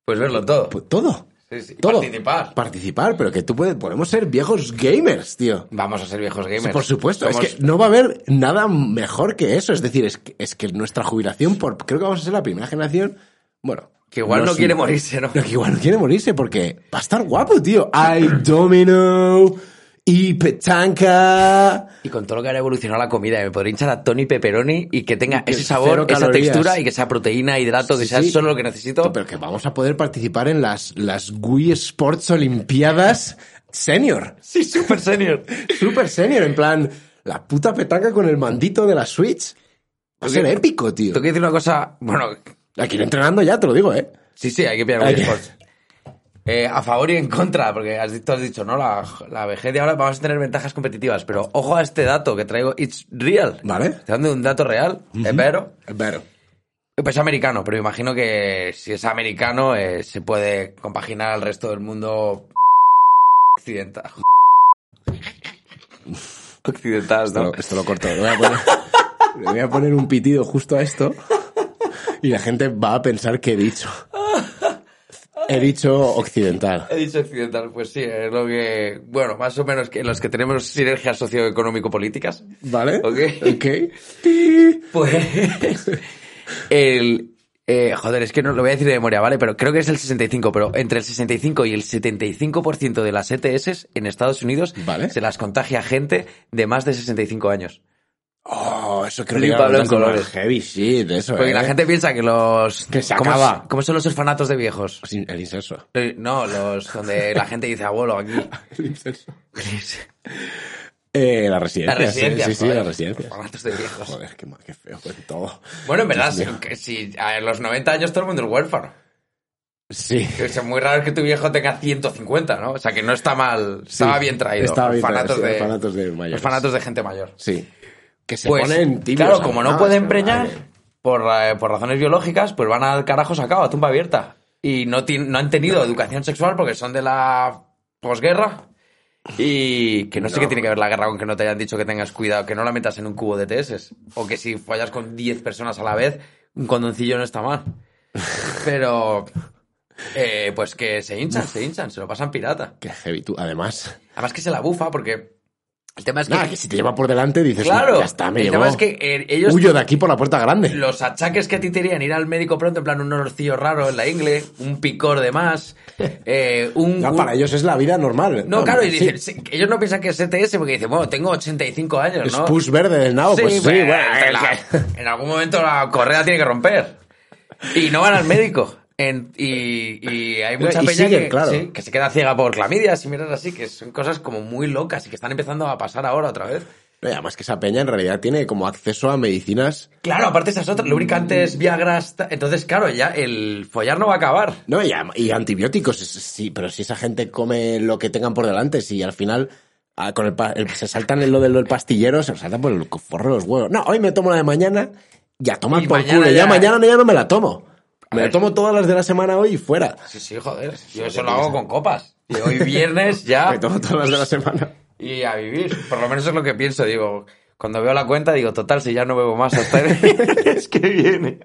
[SPEAKER 2] Pues verlo todo.
[SPEAKER 1] pues, todo.
[SPEAKER 2] Sí, sí.
[SPEAKER 1] Todo.
[SPEAKER 2] Participar.
[SPEAKER 1] Participar, pero que tú puedes, podemos ser viejos gamers, tío.
[SPEAKER 2] Vamos a ser viejos gamers.
[SPEAKER 1] Por supuesto,
[SPEAKER 2] Somos-
[SPEAKER 1] es que no va a haber nada mejor que eso. Es decir, es que, es que nuestra jubilación, por, creo que vamos a ser la primera generación, bueno...
[SPEAKER 2] Que igual no
[SPEAKER 1] sé.
[SPEAKER 2] quiere morirse, ¿no?
[SPEAKER 1] No, que igual no quiere morirse porque va a estar guapo, tío. Ay, domino y petanca.
[SPEAKER 2] Y con todo lo que ha evolucionado la comida, me podría hinchar a Tony Pepperoni y que tenga
[SPEAKER 1] Que
[SPEAKER 2] ese
[SPEAKER 1] cero
[SPEAKER 2] sabor, esa
[SPEAKER 1] calorías.
[SPEAKER 2] textura y que sea proteína, hidrato, que sea
[SPEAKER 1] Sí.
[SPEAKER 2] solo lo que necesito.
[SPEAKER 1] Pero que vamos a poder participar en las, las Wii Sports Olimpiadas Senior.
[SPEAKER 2] Sí, super senior.
[SPEAKER 1] Super senior, en plan, la puta petanca con el mandito de la Switch. Va a ser épico, tío.
[SPEAKER 2] Tengo que decir una cosa. Bueno,
[SPEAKER 1] Aquí ir entrenando ya, te lo digo, ¿eh?
[SPEAKER 2] sí, sí, hay que pillar
[SPEAKER 1] Hay
[SPEAKER 2] Wii
[SPEAKER 1] que-
[SPEAKER 2] Sports. Eh, a favor y en contra, porque has, tú has dicho, ¿no? La, la vejez de ahora vamos a tener ventajas competitivas. Pero ojo a este dato que traigo. It's real.
[SPEAKER 1] Vale.
[SPEAKER 2] Te dando un dato real, es vero.
[SPEAKER 1] Pero.
[SPEAKER 2] Pues es americano, pero imagino que si es americano eh, se puede compaginar al resto del mundo occidental. Occidental, ¿no?
[SPEAKER 1] Esto, esto lo corto. Le voy, a poner, le voy a poner un pitido justo a esto y la gente va a pensar que he dicho. He dicho occidental.
[SPEAKER 2] He dicho occidental, pues sí, es lo que... Bueno, más o menos que los que tenemos sinergias socioeconómico-políticas,
[SPEAKER 1] ¿Vale?
[SPEAKER 2] Ok.
[SPEAKER 1] Ok.
[SPEAKER 2] pues... El... eh, joder, es que no lo voy a decir de memoria, ¿vale? Pero creo que es el 65, pero entre el 65 y el 75% de las ETS en Estados Unidos
[SPEAKER 1] Vale.
[SPEAKER 2] se las contagia gente de más de 65 años.
[SPEAKER 1] Oh, eso creo
[SPEAKER 2] Flipa
[SPEAKER 1] que era
[SPEAKER 2] los
[SPEAKER 1] más como
[SPEAKER 2] colores.
[SPEAKER 1] Heavy shit, eso.
[SPEAKER 2] Porque
[SPEAKER 1] ¿eh?
[SPEAKER 2] la gente piensa que los...
[SPEAKER 1] Que se
[SPEAKER 2] ¿cómo,
[SPEAKER 1] acaba.
[SPEAKER 2] ¿Cómo son los orfanatos de viejos?
[SPEAKER 1] Sin- El incenso.
[SPEAKER 2] Eh, No, los donde la gente dice abuelo aquí.
[SPEAKER 1] El incenso. Eh, la residencia.
[SPEAKER 2] La residencia.
[SPEAKER 1] Sí, sí,
[SPEAKER 2] joder,
[SPEAKER 1] la residencia.
[SPEAKER 2] Orfanatos de viejos.
[SPEAKER 1] Joder, qué, ma- qué feo con todo.
[SPEAKER 2] Bueno, en verdad,
[SPEAKER 1] Dios
[SPEAKER 2] si,
[SPEAKER 1] mío.
[SPEAKER 2] que si a los 90 años todo el mundo es huérfano.
[SPEAKER 1] Sí.
[SPEAKER 2] Que Es muy raro que tu viejo tenga 150, ¿no? O sea, que no está mal, estaba
[SPEAKER 1] Sí.
[SPEAKER 2] bien traído.
[SPEAKER 1] Estaba bien
[SPEAKER 2] orfanatos
[SPEAKER 1] traído, sí,
[SPEAKER 2] de,
[SPEAKER 1] orfanatos de mayores.
[SPEAKER 2] orfanatos de gente mayor.
[SPEAKER 1] Sí. Que se
[SPEAKER 2] Pues,
[SPEAKER 1] ponen tibios. Ah,
[SPEAKER 2] claro, como no
[SPEAKER 1] además,
[SPEAKER 2] pueden
[SPEAKER 1] pero
[SPEAKER 2] preñar
[SPEAKER 1] madre.
[SPEAKER 2] por, eh, por razones biológicas, pues van al carajo sacado, a tumba abierta. y no, tien- no han tenido educación sexual porque son de la posguerra. Y que no sé qué tiene que ver la guerra con que no te hayan dicho que tengas cuidado, que no la metas en un cubo de TS. O que si fallas con 10 personas a la vez, un condoncillo no está mal. Pero, eh, pues que se hinchan, se hinchan, se lo pasan pirata.
[SPEAKER 1] Qué heavy, tú, además.
[SPEAKER 2] Además que se la bufa porque el tema es que...
[SPEAKER 1] Nada, que si te lleva por delante dices,
[SPEAKER 2] claro,
[SPEAKER 1] ya está, me
[SPEAKER 2] el
[SPEAKER 1] llevó.
[SPEAKER 2] tema es que eh, ellos...
[SPEAKER 1] Huyo de aquí por la puerta grande.
[SPEAKER 2] Los achaques que a ti te irían, ir al médico pronto, en plan un olorcillo raro en la ingle, un picor de más, eh, un...
[SPEAKER 1] No,
[SPEAKER 2] un-
[SPEAKER 1] para ellos es la vida normal.
[SPEAKER 2] No, claro, y
[SPEAKER 1] sí.
[SPEAKER 2] dicen, sí, ellos no piensan que es ETS porque dicen, bueno, tengo 85 años,
[SPEAKER 1] Es
[SPEAKER 2] ¿no?
[SPEAKER 1] pus verde del nabo, pues sí,
[SPEAKER 2] pues,
[SPEAKER 1] bueno,
[SPEAKER 2] en, la- en algún momento la correa tiene que romper. Y no van al médico. En- y, y hay mucha
[SPEAKER 1] Y
[SPEAKER 2] peña
[SPEAKER 1] siguen,
[SPEAKER 2] que,
[SPEAKER 1] claro.
[SPEAKER 2] sí, que se queda ciega por clamidias y miras así, que son cosas como muy locas y que están empezando a pasar ahora otra vez.
[SPEAKER 1] No, y además que esa peña en realidad tiene como acceso a medicinas.
[SPEAKER 2] Claro, aparte esas otras, lubricantes, viagras, ta- entonces claro, ya el follar no va a acabar.
[SPEAKER 1] No, y, a- y antibióticos, es- sí, pero si esa gente come lo que tengan por delante, si al final ah, con el, pa- el- se saltan en lo del, del pastillero, se lo saltan por el forro de los huevos. No, hoy me tomo la de mañana, ya toma
[SPEAKER 2] Y
[SPEAKER 1] por
[SPEAKER 2] mañana
[SPEAKER 1] culo, ya,
[SPEAKER 2] ya-
[SPEAKER 1] mañana ya no me la tomo.
[SPEAKER 2] A
[SPEAKER 1] Me la
[SPEAKER 2] ver.
[SPEAKER 1] tomo todas las de la semana hoy y fuera.
[SPEAKER 2] Sí, sí, joder, yo eso lo hago con copas. Y hoy viernes ya...
[SPEAKER 1] Me tomo todas las de la semana.
[SPEAKER 2] Y a vivir. Por lo menos es lo que pienso, digo. Cuando veo la cuenta, digo, total, si ya no bebo más hasta el es que viene.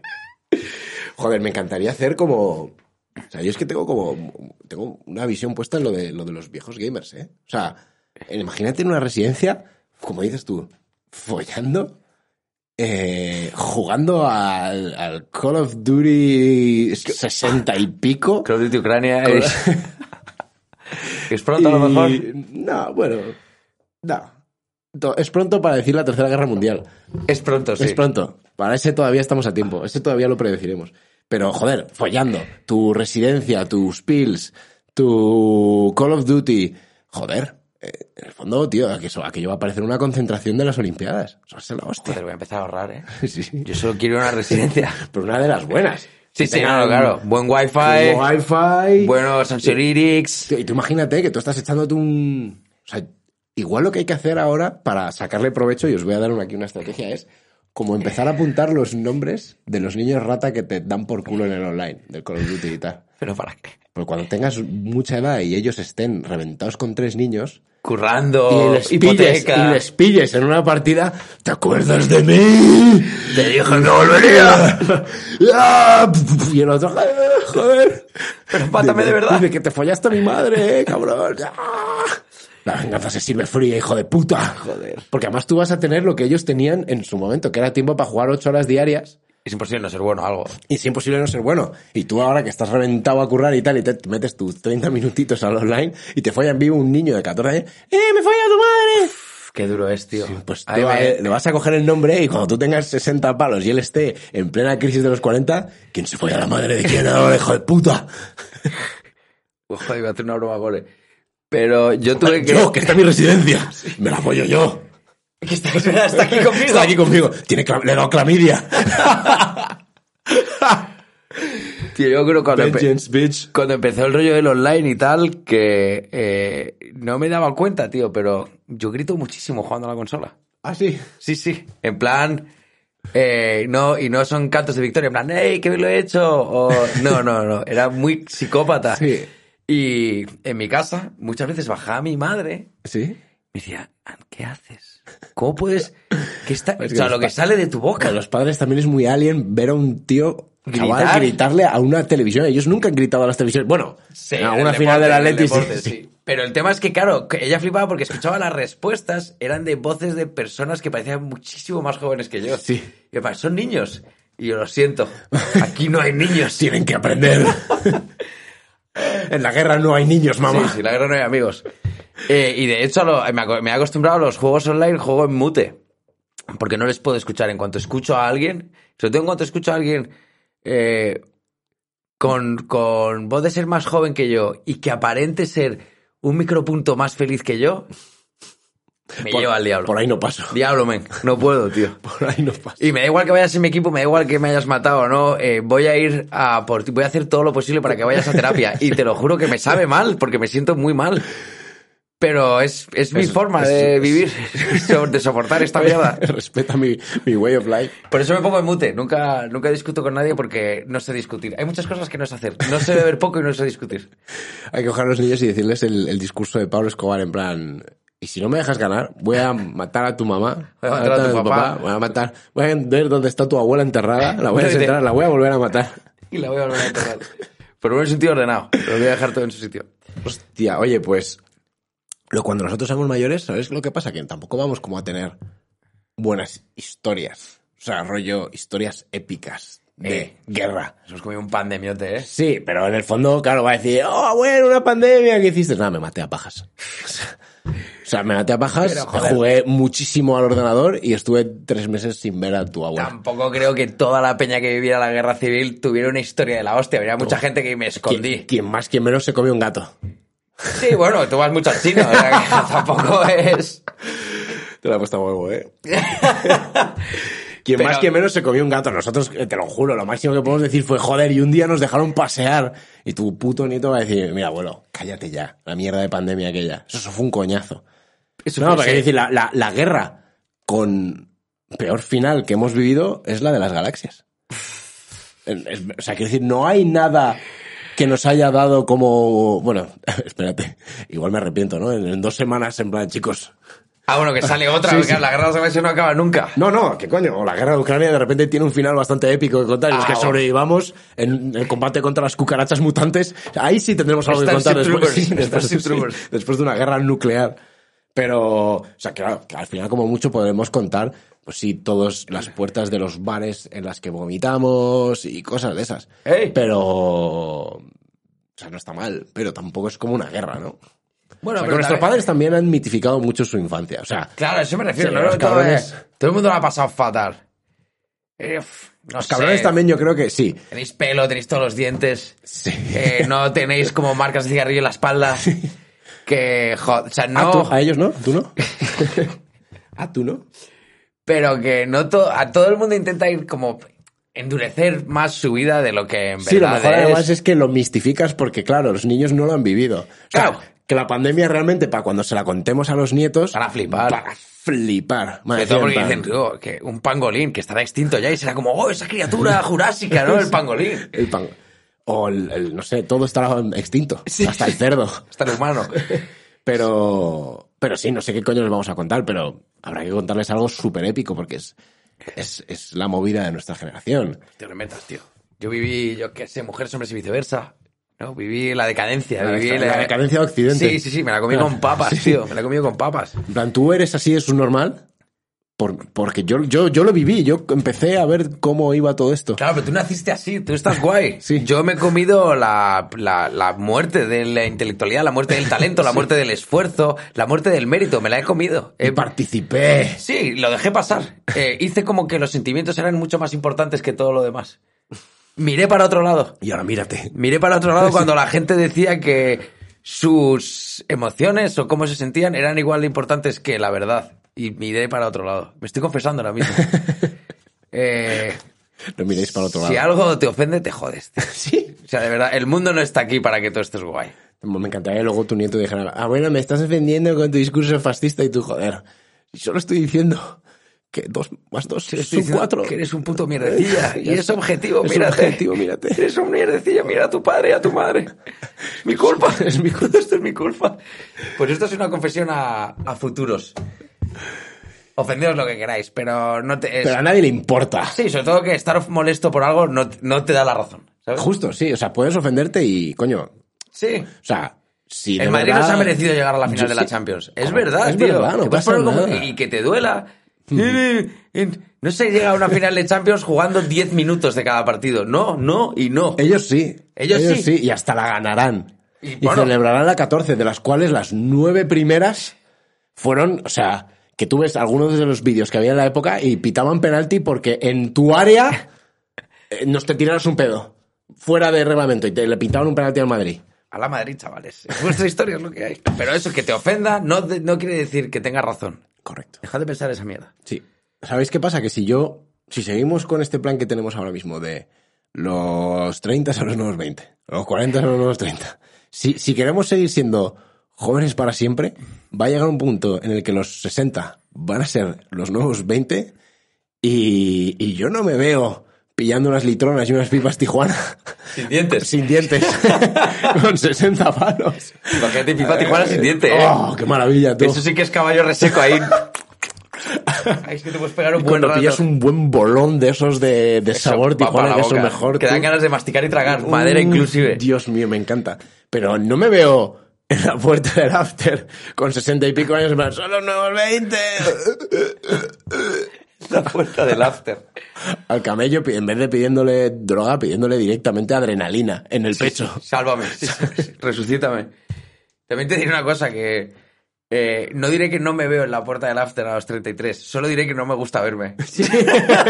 [SPEAKER 1] Joder, me encantaría hacer como. O sea, yo es que tengo como. Tengo una visión puesta en lo de, lo de los viejos gamers, ¿eh? O sea, eh, imagínate en una residencia, como dices tú, follando, eh, jugando al, al Call of Duty 60 y pico.
[SPEAKER 2] Call of Duty Ucrania es. es pronto, a lo
[SPEAKER 1] y-
[SPEAKER 2] mejor.
[SPEAKER 1] No, bueno. No. To- Es pronto para decir la Tercera Guerra Mundial.
[SPEAKER 2] Es pronto, sí.
[SPEAKER 1] Es pronto. Para ese todavía estamos a tiempo. Ese todavía lo predeciremos. Pero, joder, follando. Tu residencia, tus pills, tu Call of Duty. Joder. eh, en el fondo, tío, aquello, aquello va a parecer una concentración de las Olimpiadas. Eso va a ser la hostia.
[SPEAKER 2] Joder, voy a empezar a ahorrar, ¿eh?
[SPEAKER 1] Sí, sí.
[SPEAKER 2] Yo solo quiero una residencia.
[SPEAKER 1] Pero una de las buenas.
[SPEAKER 2] Sí, sí, claro, claro. Buen wifi,
[SPEAKER 1] Wi-Fi.
[SPEAKER 2] buenos anxiolytics.
[SPEAKER 1] Tío, y tú imagínate que tú estás echándote un... O sea, igual lo que hay que hacer ahora para sacarle provecho, y os voy a dar una- aquí una estrategia, es como empezar a apuntar los nombres de los niños rata que te dan por culo en el online, del Call of Duty y tal.
[SPEAKER 2] Pero para qué.
[SPEAKER 1] Porque cuando tengas mucha edad y ellos estén reventados con tres niños, y
[SPEAKER 2] Currando,
[SPEAKER 1] les, pilles,
[SPEAKER 2] Oh, hipoteca.
[SPEAKER 1] y les pilles en una partida, ¿te acuerdas de mí?
[SPEAKER 2] Te dije que volvería.
[SPEAKER 1] Ah, y el otro, "Ah, joder.
[SPEAKER 2] Pero mátame de
[SPEAKER 1] Dice-
[SPEAKER 2] verdad.
[SPEAKER 1] Dice que te follaste a mi madre, eh, cabrón. Ah. La venganza se sirve fría, hijo de puta. Joder. Porque además tú vas a tener lo que ellos tenían en su momento, que era tiempo para jugar ocho horas diarias.
[SPEAKER 2] Es imposible no ser bueno algo.
[SPEAKER 1] Y es imposible no ser bueno. Y tú ahora que estás reventado a currar y tal, y te metes tus 30 minutitos al online y te folla en vivo un niño de 14 años. ¡Eh, me folla tu madre!
[SPEAKER 2] Qué duro es, tío.
[SPEAKER 1] Pues tú
[SPEAKER 2] Ahí eh.
[SPEAKER 1] a-
[SPEAKER 2] me-
[SPEAKER 1] le vas a coger el nombre y cuando tú tengas 60 palos y él esté en plena crisis de los 40, ¿quién se fue a la madre de quién ahora, hijo de puta?
[SPEAKER 2] Ojo, iba a hacer una broma gore. Pero yo tuve que.
[SPEAKER 1] Yo, que está en mi residencia. Me la apoyo yo.
[SPEAKER 2] Que está, está aquí conmigo.
[SPEAKER 1] Está aquí conmigo. Tiene cla- le he dado clamidia.
[SPEAKER 2] Tío, yo creo que cuando, empe-
[SPEAKER 1] Vengeance, bitch.
[SPEAKER 2] cuando empezó el rollo del online y tal, que eh, no me daba cuenta, tío, pero yo grito muchísimo jugando a la consola.
[SPEAKER 1] Ah, sí.
[SPEAKER 2] Sí, sí. En plan. eh, no, y no son cantos de victoria, en plan, ¡hey, qué bien lo he hecho! O, no, no, no, era muy psicópata.
[SPEAKER 1] Sí.
[SPEAKER 2] Y en mi casa, muchas veces bajaba mi madre
[SPEAKER 1] ¿Sí?
[SPEAKER 2] Me decía, "An, ¿qué haces? ¿Cómo puedes...? ¿Qué está...
[SPEAKER 1] Es que
[SPEAKER 2] o sea,
[SPEAKER 1] los
[SPEAKER 2] lo que
[SPEAKER 1] pa-
[SPEAKER 2] sale de tu boca.
[SPEAKER 1] Para los padres también es muy alien ver a un tío chaval
[SPEAKER 2] Gritar.
[SPEAKER 1] gritarle a una televisión. Ellos nunca han gritado a las televisiones. Bueno,
[SPEAKER 2] Sí,
[SPEAKER 1] a
[SPEAKER 2] en
[SPEAKER 1] una
[SPEAKER 2] el
[SPEAKER 1] final del
[SPEAKER 2] deporte, en el
[SPEAKER 1] Atleti. sí,
[SPEAKER 2] deporte,
[SPEAKER 1] sí.
[SPEAKER 2] sí. Pero el tema es que, claro, que ella flipaba porque escuchaba las respuestas, eran de voces de personas que parecían muchísimo más jóvenes que yo.
[SPEAKER 1] Sí.
[SPEAKER 2] Y además, son niños. Y yo lo siento, aquí no hay niños. Sí,
[SPEAKER 1] Tienen que aprender. en la guerra no hay niños, mamá.
[SPEAKER 2] sí, la guerra no hay amigos. Eh, y de hecho, a lo- me, aco- me he acostumbrado a los juegos online, juego en mute. Porque no les puedo escuchar. En cuanto escucho a alguien, sobre todo en cuanto escucho a alguien eh, con, con voz de ser más joven que yo y que aparente ser un micropunto más feliz que yo, me lleva al diablo.
[SPEAKER 1] Por ahí no paso.
[SPEAKER 2] Diablo, men. No puedo, tío.
[SPEAKER 1] Por ahí no paso.
[SPEAKER 2] Y me da igual que vayas en mi equipo, me da igual que me hayas matado o no. eh, voy a ir a por ti, voy a hacer todo lo posible para que vayas a terapia. Y te lo juro que me sabe mal, porque me siento muy mal. Pero es, es mi
[SPEAKER 1] Es-
[SPEAKER 2] forma
[SPEAKER 1] es-
[SPEAKER 2] de
[SPEAKER 1] es-
[SPEAKER 2] vivir, so- de soportar esta mierda.
[SPEAKER 1] Respeta mi, mi way of life.
[SPEAKER 2] Por eso me pongo en mute. Nunca, nunca discuto con nadie porque no sé discutir. Hay muchas cosas que no sé hacer. No sé beber poco y no sé discutir.
[SPEAKER 1] Hay que coger a los niños y decirles el, el discurso de Pablo Escobar en plan... Y si no me dejas ganar, voy a matar a tu mamá,
[SPEAKER 2] Voy a matar a tu papá.
[SPEAKER 1] voy a matar, voy a ver dónde está tu abuela enterrada, la voy a
[SPEAKER 2] Vete.
[SPEAKER 1] enterrar, la voy a volver a matar.
[SPEAKER 2] Y la voy a volver a enterrar. Pero en un sentido ordenado. Lo voy a dejar todo en su sitio.
[SPEAKER 1] Hostia, oye, pues lo, cuando nosotros somos mayores, ¿sabes lo que pasa? Que tampoco vamos como a tener buenas historias. O sea, rollo, historias épicas de
[SPEAKER 2] Eh.
[SPEAKER 1] guerra.
[SPEAKER 2] Nos hemos comido un pan de miote, ¿eh?
[SPEAKER 1] Sí, pero en el fondo, claro, va a decir, oh, bueno, una pandemia, ¿qué hiciste? Nada, me maté a pajas. O sea, me maté a pajas,
[SPEAKER 2] Pero, joder.
[SPEAKER 1] jugué muchísimo al ordenador y estuve tres meses sin ver a tu abuela.
[SPEAKER 2] Tampoco creo que toda la peña que viviera la guerra civil tuviera una historia de la hostia. Habría mucha gente que me
[SPEAKER 1] Quien,
[SPEAKER 2] escondí.
[SPEAKER 1] quien más, quien menos se comió un gato.
[SPEAKER 2] Sí, bueno, tú vas mucho al chino. o sea que tampoco es...
[SPEAKER 1] Te la he puesto a huevo, ¿eh? Quien
[SPEAKER 2] Pero-
[SPEAKER 1] más que menos se comió un gato. Nosotros, eh, te lo juro, lo máximo que podemos decir fue, joder, y un día nos dejaron pasear. Y tu puto nieto va a decir, mira, abuelo, cállate ya. La mierda de pandemia aquella. Eso, eso fue un coñazo. no,
[SPEAKER 2] fue-
[SPEAKER 1] porque
[SPEAKER 2] sí.
[SPEAKER 1] decir, la, la- la guerra con peor final que hemos vivido es la de las galaxias. Es- es- o sea, quiero decir, no hay nada que nos haya dado como... Bueno, espérate. Igual me arrepiento, ¿no? En- en dos semanas, en plan, chicos,
[SPEAKER 2] Ah, bueno, que sale otra.
[SPEAKER 1] Sí,
[SPEAKER 2] porque
[SPEAKER 1] sí.
[SPEAKER 2] La guerra de los no acaba nunca.
[SPEAKER 1] No, no, que coño, o la guerra de Ucrania de repente tiene un final bastante épico que contar, y es
[SPEAKER 2] Ah,
[SPEAKER 1] que
[SPEAKER 2] bueno.
[SPEAKER 1] sobrevivamos en el combate contra las cucarachas mutantes. Ahí sí tendremos algo que
[SPEAKER 2] Starship
[SPEAKER 1] contar después,
[SPEAKER 2] Troopers,
[SPEAKER 1] sí, después-
[SPEAKER 2] Starship
[SPEAKER 1] sí,
[SPEAKER 2] Troopers.
[SPEAKER 1] después de una guerra nuclear. Pero, o sea, claro, que al final como mucho podremos contar, pues sí, todas las puertas de los bares en las que vomitamos y cosas de esas.
[SPEAKER 2] ¡Ey!
[SPEAKER 1] Pero, o sea, no está mal, pero tampoco es como una guerra, ¿no?
[SPEAKER 2] Bueno,
[SPEAKER 1] O sea, que
[SPEAKER 2] pero
[SPEAKER 1] nuestros
[SPEAKER 2] también-
[SPEAKER 1] padres también han mitificado mucho su infancia, o sea...
[SPEAKER 2] Claro, a eso me refiero.
[SPEAKER 1] Sí,
[SPEAKER 2] ¿no?
[SPEAKER 1] los
[SPEAKER 2] todo,
[SPEAKER 1] cabrones.
[SPEAKER 2] eh, todo el mundo lo ha pasado fatal. Eh, uf, no
[SPEAKER 1] Los cabrones
[SPEAKER 2] sé.
[SPEAKER 1] también yo creo que sí.
[SPEAKER 2] Tenéis pelo, tenéis todos los dientes.
[SPEAKER 1] Sí.
[SPEAKER 2] Eh, no tenéis como marcas de cigarrillo en la espalda. Que, jo- o sea,
[SPEAKER 1] Ah,
[SPEAKER 2] no.
[SPEAKER 1] tú, a ellos no, tú no. ah, tú no.
[SPEAKER 2] pero que no to- a todo el mundo intenta ir como endurecer más su vida de lo que en
[SPEAKER 1] Sí, lo
[SPEAKER 2] verdad
[SPEAKER 1] mejor
[SPEAKER 2] es.
[SPEAKER 1] además es que lo mistificas porque, claro, los niños no lo han vivido. O sea,
[SPEAKER 2] Claro.
[SPEAKER 1] que la pandemia realmente, para cuando se la contemos a los nietos...
[SPEAKER 2] Van a flipar.
[SPEAKER 1] Van a flipar. Van a
[SPEAKER 2] Sobre
[SPEAKER 1] decir,
[SPEAKER 2] todo porque
[SPEAKER 1] en plan,
[SPEAKER 2] dicen, "Oh, que un pangolín que estará extinto ya y será como, oh, esa criatura jurásica, ¿no? El pangolín.
[SPEAKER 1] El pan... O el, el, no sé, todo estará extinto. Hasta el cerdo.
[SPEAKER 2] Está el humano.
[SPEAKER 1] Pero... Pero sí, no sé qué coño les vamos a contar, pero habrá que contarles algo súper épico porque es, es, es la movida de nuestra generación.
[SPEAKER 2] Te lo inventas, tío. Yo viví, yo qué sé, mujeres, hombres y viceversa. ¿no? Viví la decadencia.
[SPEAKER 1] La
[SPEAKER 2] viví
[SPEAKER 1] deca- la decadencia de Occidente.
[SPEAKER 2] Sí, sí, sí, me la comí con papas, tío. Me la comí con papas.
[SPEAKER 1] En plan, tú eres así, es un normal. Por- porque yo, yo, yo lo viví, yo empecé a ver cómo iba todo esto.
[SPEAKER 2] Claro, pero tú naciste así, tú estás guay.
[SPEAKER 1] Sí.
[SPEAKER 2] Yo me he comido la, la- la muerte de la intelectualidad, la muerte del talento, la muerte del esfuerzo, la muerte del mérito, me la he comido.
[SPEAKER 1] Y
[SPEAKER 2] He-
[SPEAKER 1] participé.
[SPEAKER 2] Sí, lo dejé pasar. Eh, hice como que los sentimientos eran mucho más importantes que todo lo demás. Miré para otro lado.
[SPEAKER 1] Y ahora mírate.
[SPEAKER 2] Miré para otro lado cuando la gente decía que sus emociones o cómo se sentían eran igual de importantes que la verdad. Y miré para otro lado. Me estoy confesando ahora mismo. Eh,
[SPEAKER 1] Lo miréis para otro
[SPEAKER 2] si
[SPEAKER 1] lado.
[SPEAKER 2] algo te ofende, te jodes. tío.
[SPEAKER 1] Sí.
[SPEAKER 2] O sea, de verdad, el mundo no está aquí para que tú estés guay.
[SPEAKER 1] Me encantaría que luego tu nieto dijera, ah, bueno, me estás defendiendo con tu discurso fascista y tú, joder, solo estoy diciendo que dos más dos
[SPEAKER 2] Te estoy
[SPEAKER 1] son
[SPEAKER 2] diciendo
[SPEAKER 1] cuatro.
[SPEAKER 2] Que eres un puto mierdecilla. y
[SPEAKER 1] Ya
[SPEAKER 2] es
[SPEAKER 1] está.
[SPEAKER 2] objetivo,
[SPEAKER 1] Es
[SPEAKER 2] mírate.
[SPEAKER 1] objetivo, mírate.
[SPEAKER 2] Eres un mierdecilla, mira a tu padre y a tu madre. Es mi culpa. es mi culpa. Esto es mi culpa. Pues esto es una confesión a, a futuros. Ofendeos lo que queráis, pero no te... es-
[SPEAKER 1] Pero a nadie le importa.
[SPEAKER 2] Sí, sobre todo que estar molesto por algo no, no te da la razón. ¿sabes?
[SPEAKER 1] Justo, sí. O sea, puedes ofenderte y, coño, o
[SPEAKER 2] Sí.
[SPEAKER 1] sea, si de
[SPEAKER 2] El Madrid no
[SPEAKER 1] verdad-
[SPEAKER 2] se ha merecido llegar a la
[SPEAKER 1] Yo
[SPEAKER 2] final de la
[SPEAKER 1] sí.
[SPEAKER 2] Champions. Es
[SPEAKER 1] Como-
[SPEAKER 2] verdad,
[SPEAKER 1] es
[SPEAKER 2] tío.
[SPEAKER 1] verdad, no
[SPEAKER 2] Te puedes
[SPEAKER 1] pasa
[SPEAKER 2] poner como-
[SPEAKER 1] nada.
[SPEAKER 2] Y que te duela. No se llega a una final de Champions jugando 10 minutos de cada partido. No, no y no.
[SPEAKER 1] Ellos sí.
[SPEAKER 2] Ellos sí.
[SPEAKER 1] Y hasta la ganarán.
[SPEAKER 2] Y
[SPEAKER 1] Y,
[SPEAKER 2] bueno.
[SPEAKER 1] celebrarán la 14, de las cuales las nueve primeras fueron, o sea, que tú ves algunos de los vídeos que había en la época y pitaban penalti porque en tu área eh, nos te tiraras un pedo fuera de reglamento y te le pitaban un penalti al Madrid.
[SPEAKER 2] A la Madrid, chavales. Es vuestra historia, es lo que hay. Pero eso, que te ofenda, no, de- no quiere decir que tengas razón.
[SPEAKER 1] Correcto.
[SPEAKER 2] Dejad de pensar esa mierda.
[SPEAKER 1] Sí. ¿Sabéis qué pasa? Que si yo, si seguimos con este plan que tenemos ahora mismo de los 30 a los nuevos 20, los 40 a los nuevos 30, si, si queremos seguir siendo jóvenes para siempre, va a llegar un punto en el que los 60 van a ser los nuevos 20 y, y yo no me veo pillando unas litronas y unas pipas Tijuana
[SPEAKER 2] Sin dientes.
[SPEAKER 1] sin dientes con 60 palos.
[SPEAKER 2] Imagínate, pipa Tijuana sin dientes, ¿eh?
[SPEAKER 1] ¡Oh, qué maravilla, tú!
[SPEAKER 2] Eso sí que es caballo reseco ahí. Ahí es que te puedes pegar un buen
[SPEAKER 1] Cuando
[SPEAKER 2] rato.
[SPEAKER 1] pillas un buen bolón de esos de, de
[SPEAKER 2] Eso
[SPEAKER 1] sabor
[SPEAKER 2] va para
[SPEAKER 1] Tijuana,
[SPEAKER 2] la
[SPEAKER 1] que es lo
[SPEAKER 2] boca.
[SPEAKER 1] mejor.
[SPEAKER 2] Que dan
[SPEAKER 1] tú.
[SPEAKER 2] ganas de masticar y tragar. Madera
[SPEAKER 1] Mm,
[SPEAKER 2] inclusive.
[SPEAKER 1] Dios mío, me encanta. Pero no me veo en la puerta del after con 60 y pico años más. ¡Son los nuevos 20!
[SPEAKER 2] La puerta del after.
[SPEAKER 1] Al camello, pi- en vez de pidiéndole droga, pidiéndole directamente adrenalina en el pecho.
[SPEAKER 2] Sálvame. sí, sí, sí, Resucítame. También te diré una cosa que... eh, no diré que no me veo en la puerta del after a los 33. Solo diré que no me gusta verme.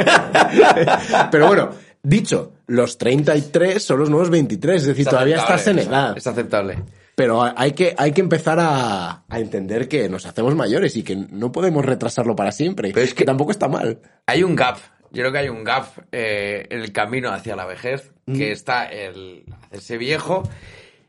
[SPEAKER 1] Pero bueno, dicho, los 33 son los nuevos 23, es decir, todavía estás en
[SPEAKER 2] aceptable,
[SPEAKER 1] edad.
[SPEAKER 2] Es aceptable.
[SPEAKER 1] Pero hay que, hay que empezar a, a entender que nos hacemos mayores y que no podemos retrasarlo para siempre.
[SPEAKER 2] Pero es
[SPEAKER 1] que tampoco está mal.
[SPEAKER 2] Hay un gap. Yo creo que hay un gap eh, en el camino hacia la vejez,
[SPEAKER 1] Mm.
[SPEAKER 2] que está el hacerse viejo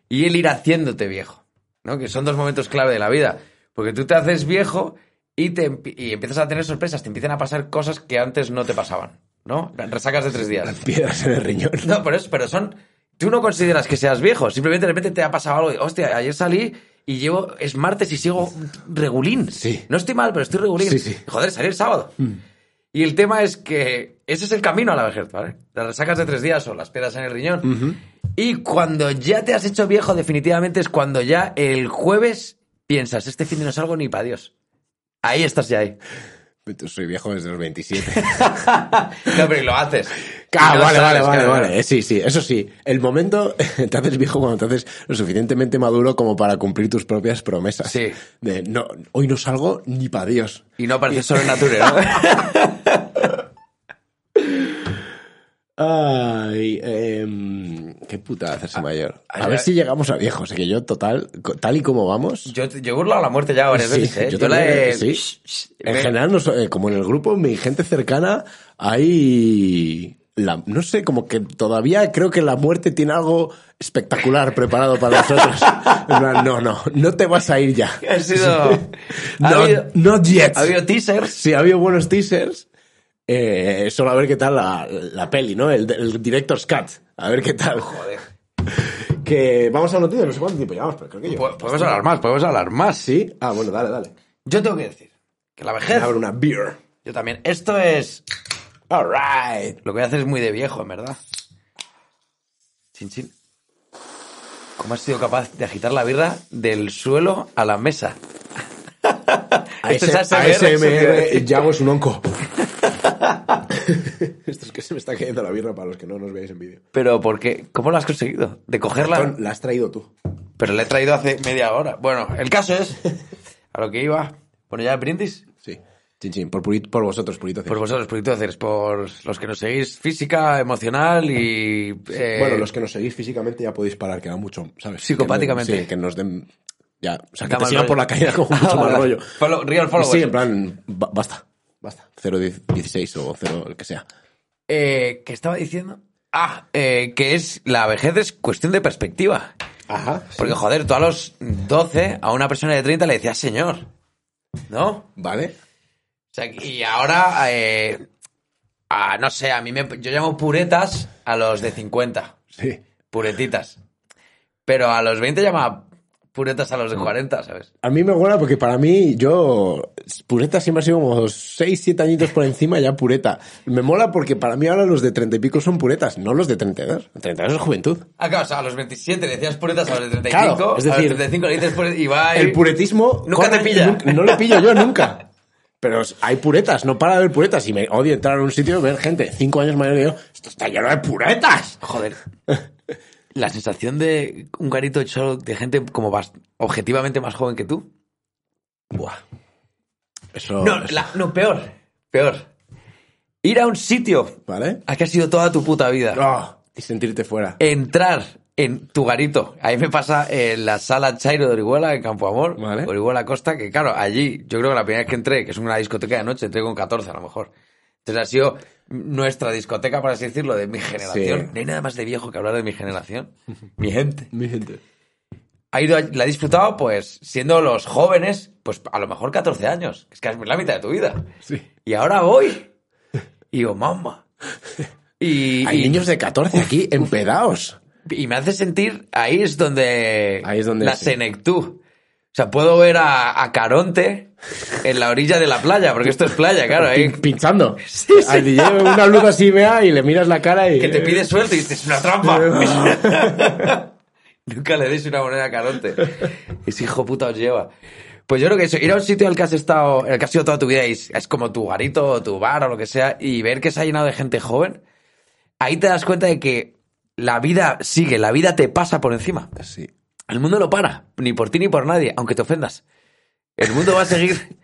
[SPEAKER 2] y el ir haciéndote viejo, ¿no? Que son dos momentos clave de la vida. Porque tú te haces viejo y, te, empi- y empiezas a tener sorpresas, te empiezan a pasar cosas que antes no te pasaban, ¿no? Resacas de tres días.
[SPEAKER 1] Piedras en el riñón.
[SPEAKER 2] No, pero, es- pero son... Tú no consideras que seas viejo, simplemente de repente te ha pasado algo. y, Hostia, ayer salí y llevo... Es martes y sigo regulín.
[SPEAKER 1] Sí.
[SPEAKER 2] No estoy mal, pero estoy regulín.
[SPEAKER 1] Sí, Hmm. sí.
[SPEAKER 2] Joder, salí el sábado. Y el tema es que ese es el camino a la vejez, ¿vale? Las resacas de tres días o las piedras en el riñón. Y cuando ya te has hecho viejo definitivamente es cuando ya el jueves piensas, este fin de no salgo ni para Dios. Ahí estás ya ahí.
[SPEAKER 1] Soy viejo desde los 27.
[SPEAKER 2] No, pero y lo haces.
[SPEAKER 1] Ah,
[SPEAKER 2] Y no
[SPEAKER 1] vale,
[SPEAKER 2] sabes,
[SPEAKER 1] vale, vale,
[SPEAKER 2] claro.
[SPEAKER 1] vale. Eh, Sí, sí, eso sí. El momento te haces viejo cuando te haces lo suficientemente maduro como para cumplir tus propias promesas.
[SPEAKER 2] Sí.
[SPEAKER 1] De no, hoy no salgo ni para Dios.
[SPEAKER 2] Y no parece solo en ¿eh? nature, ¿no?
[SPEAKER 1] Ay, em, qué puta hacerse mayor. A,
[SPEAKER 2] ay,
[SPEAKER 1] ver
[SPEAKER 2] ay.
[SPEAKER 1] si llegamos a viejos. Es que yo, total, co- tal y como vamos.
[SPEAKER 2] Yo, yo he burlado la muerte ya varias
[SPEAKER 1] Sí,
[SPEAKER 2] veces, ¿eh?
[SPEAKER 1] yo
[SPEAKER 2] la
[SPEAKER 1] también,
[SPEAKER 2] he-
[SPEAKER 1] sí.
[SPEAKER 2] Shh, shh,
[SPEAKER 1] En
[SPEAKER 2] me-
[SPEAKER 1] general, no so- eh, como en el grupo, mi gente cercana, hay. La, no sé, como que todavía creo que la muerte tiene algo espectacular preparado para nosotros. En plan, no, no, no te vas a ir ya.
[SPEAKER 2] Ha sido...
[SPEAKER 1] No,
[SPEAKER 2] ha, habido,
[SPEAKER 1] not yet.
[SPEAKER 2] ha habido teasers.
[SPEAKER 1] Sí, ha habido buenos teasers. Eh, solo a ver qué tal la, la peli, ¿no? El, el director's cut. A ver qué tal.
[SPEAKER 2] Joder.
[SPEAKER 1] Que vamos a noticias, no sé cuánto tiempo llevamos, pero creo que yo.
[SPEAKER 2] Po- Pues Podemos hablar más, podemos hablar más.
[SPEAKER 1] Sí. Ah, bueno, dale, dale.
[SPEAKER 2] Yo tengo que decir que la
[SPEAKER 1] Me
[SPEAKER 2] vejez...
[SPEAKER 1] abro una beer.
[SPEAKER 2] Yo también. Esto es...
[SPEAKER 1] All right.
[SPEAKER 2] Lo que voy a hacer es muy de viejo, en verdad. Chin, chin. ¿Cómo has sido capaz de agitar la birra del suelo a la mesa?
[SPEAKER 1] Este
[SPEAKER 2] Esto es ASMR, eso
[SPEAKER 1] ASMR,
[SPEAKER 2] sí.
[SPEAKER 1] Yago es un onco. Esto es que se me está cayendo la birra para los que no nos veáis en vídeo.
[SPEAKER 2] Pero ¿por qué? ¿Cómo lo has conseguido? De cogerla...
[SPEAKER 1] Ton, La has traído tú.
[SPEAKER 2] Pero la he traído hace media hora. Bueno, el caso es. A lo que iba. Por ya el brindis.
[SPEAKER 1] Sí. Chin, chin, por, puri- por vosotros, purito.
[SPEAKER 2] Por vosotros, Proyecto Acers, por los que nos seguís física, emocional y. eh,
[SPEAKER 1] bueno, los que nos seguís físicamente ya podéis parar, que da mucho, ¿sabes?
[SPEAKER 2] Psicopáticamente.
[SPEAKER 1] Que no- sí, que nos den. Ya, o sea, que
[SPEAKER 2] Da
[SPEAKER 1] te
[SPEAKER 2] mal
[SPEAKER 1] sigan
[SPEAKER 2] rollo.
[SPEAKER 1] por la calle con mucho
[SPEAKER 2] Ah,
[SPEAKER 1] mal
[SPEAKER 2] vale.
[SPEAKER 1] rollo.
[SPEAKER 2] Follow- real followers.
[SPEAKER 1] Sí, en plan, ba- basta. Basta. 0.16 o 0, el que sea.
[SPEAKER 2] eh, ¿Qué estaba diciendo? Ah, eh, que es. La vejez es cuestión de perspectiva.
[SPEAKER 1] Ajá.
[SPEAKER 2] Porque, joder, tú a los 12, a una persona de 30 le decías señor. ¿No?
[SPEAKER 1] Vale.
[SPEAKER 2] O sea, y ahora, eh, ah, no sé, a mí me, yo llamo puretas a los de 50.
[SPEAKER 1] Sí.
[SPEAKER 2] Puretitas. Pero a los 20 llama puretas a los de 40, ¿sabes?
[SPEAKER 1] A mí me mola porque para mí, yo, pureta siempre ha sido como 6, 7 añitos por encima ya pureta. Me mola porque para mí ahora los de 30 y pico son puretas, no los de 32. 32 es juventud.
[SPEAKER 2] Ah, claro, o sea, a los 27 le decías puretas, a los de 35,
[SPEAKER 1] Claro, es
[SPEAKER 2] a
[SPEAKER 1] decir,
[SPEAKER 2] los 35 le dices puretas y va... y-
[SPEAKER 1] El puretismo...
[SPEAKER 2] Nunca te pilla.
[SPEAKER 1] nunca- no lo pillo yo nunca. Pero hay puretas, no para de ver puretas. Y me odio entrar a un sitio y ver gente 5 años mayor que yo. Esto está lleno de puretas.
[SPEAKER 2] Joder. La sensación de un garito hecho de gente como vas- objetivamente más joven que tú.
[SPEAKER 1] Buah. Eso...
[SPEAKER 2] No,
[SPEAKER 1] eso-
[SPEAKER 2] la- no, peor, peor. Ir a un sitio
[SPEAKER 1] ¿Vale?
[SPEAKER 2] al que has ido toda tu puta vida.
[SPEAKER 1] Oh, y sentirte fuera.
[SPEAKER 2] entrar en tu garito. Ahí me pasa en la sala Chairo de Orihuela, en Campo Amor,
[SPEAKER 1] Vale.
[SPEAKER 2] Orihuela Costa, que claro, allí yo creo que la primera vez que entré, que es una discoteca de noche, entré con 14 a lo mejor. Entonces ha sido nuestra discoteca, por así decirlo, de mi generación.
[SPEAKER 1] Sí.
[SPEAKER 2] No hay nada más de viejo que hablar de mi generación. mi gente.
[SPEAKER 1] Mi gente.
[SPEAKER 2] ha ido, a- la ha disfrutado, pues, siendo los jóvenes, pues a lo mejor 14 años. Es que es la mitad de tu vida.
[SPEAKER 1] Sí.
[SPEAKER 2] Y ahora voy. Y digo, mamá. Y,
[SPEAKER 1] Hay
[SPEAKER 2] y-
[SPEAKER 1] niños de 14 aquí empedados.
[SPEAKER 2] y me hace sentir, ahí es donde,
[SPEAKER 1] Ahí es donde
[SPEAKER 2] la
[SPEAKER 1] sí.
[SPEAKER 2] senectud. O sea, puedo ver a, a Caronte en la orilla de la playa, porque esto es playa, claro. ahí-
[SPEAKER 1] Pin- Pinchando.
[SPEAKER 2] Sí, sí.
[SPEAKER 1] Al DJ una blusa así vea y le miras la cara y...
[SPEAKER 2] que te pide suelto y dices, es una trampa. Nunca le des una moneda a Caronte. Ese hijo puta os lleva. Pues yo creo que eso, ir a un sitio al que has estado, al que has sido toda tu vida, y es, es como tu garito o tu bar o lo que sea, y ver que se ha llenado de gente joven, ahí te das cuenta de que la vida sigue, la vida te pasa por encima.
[SPEAKER 1] Sí.
[SPEAKER 2] El mundo no para, ni por ti ni por nadie, aunque te ofendas. El mundo va a seguir.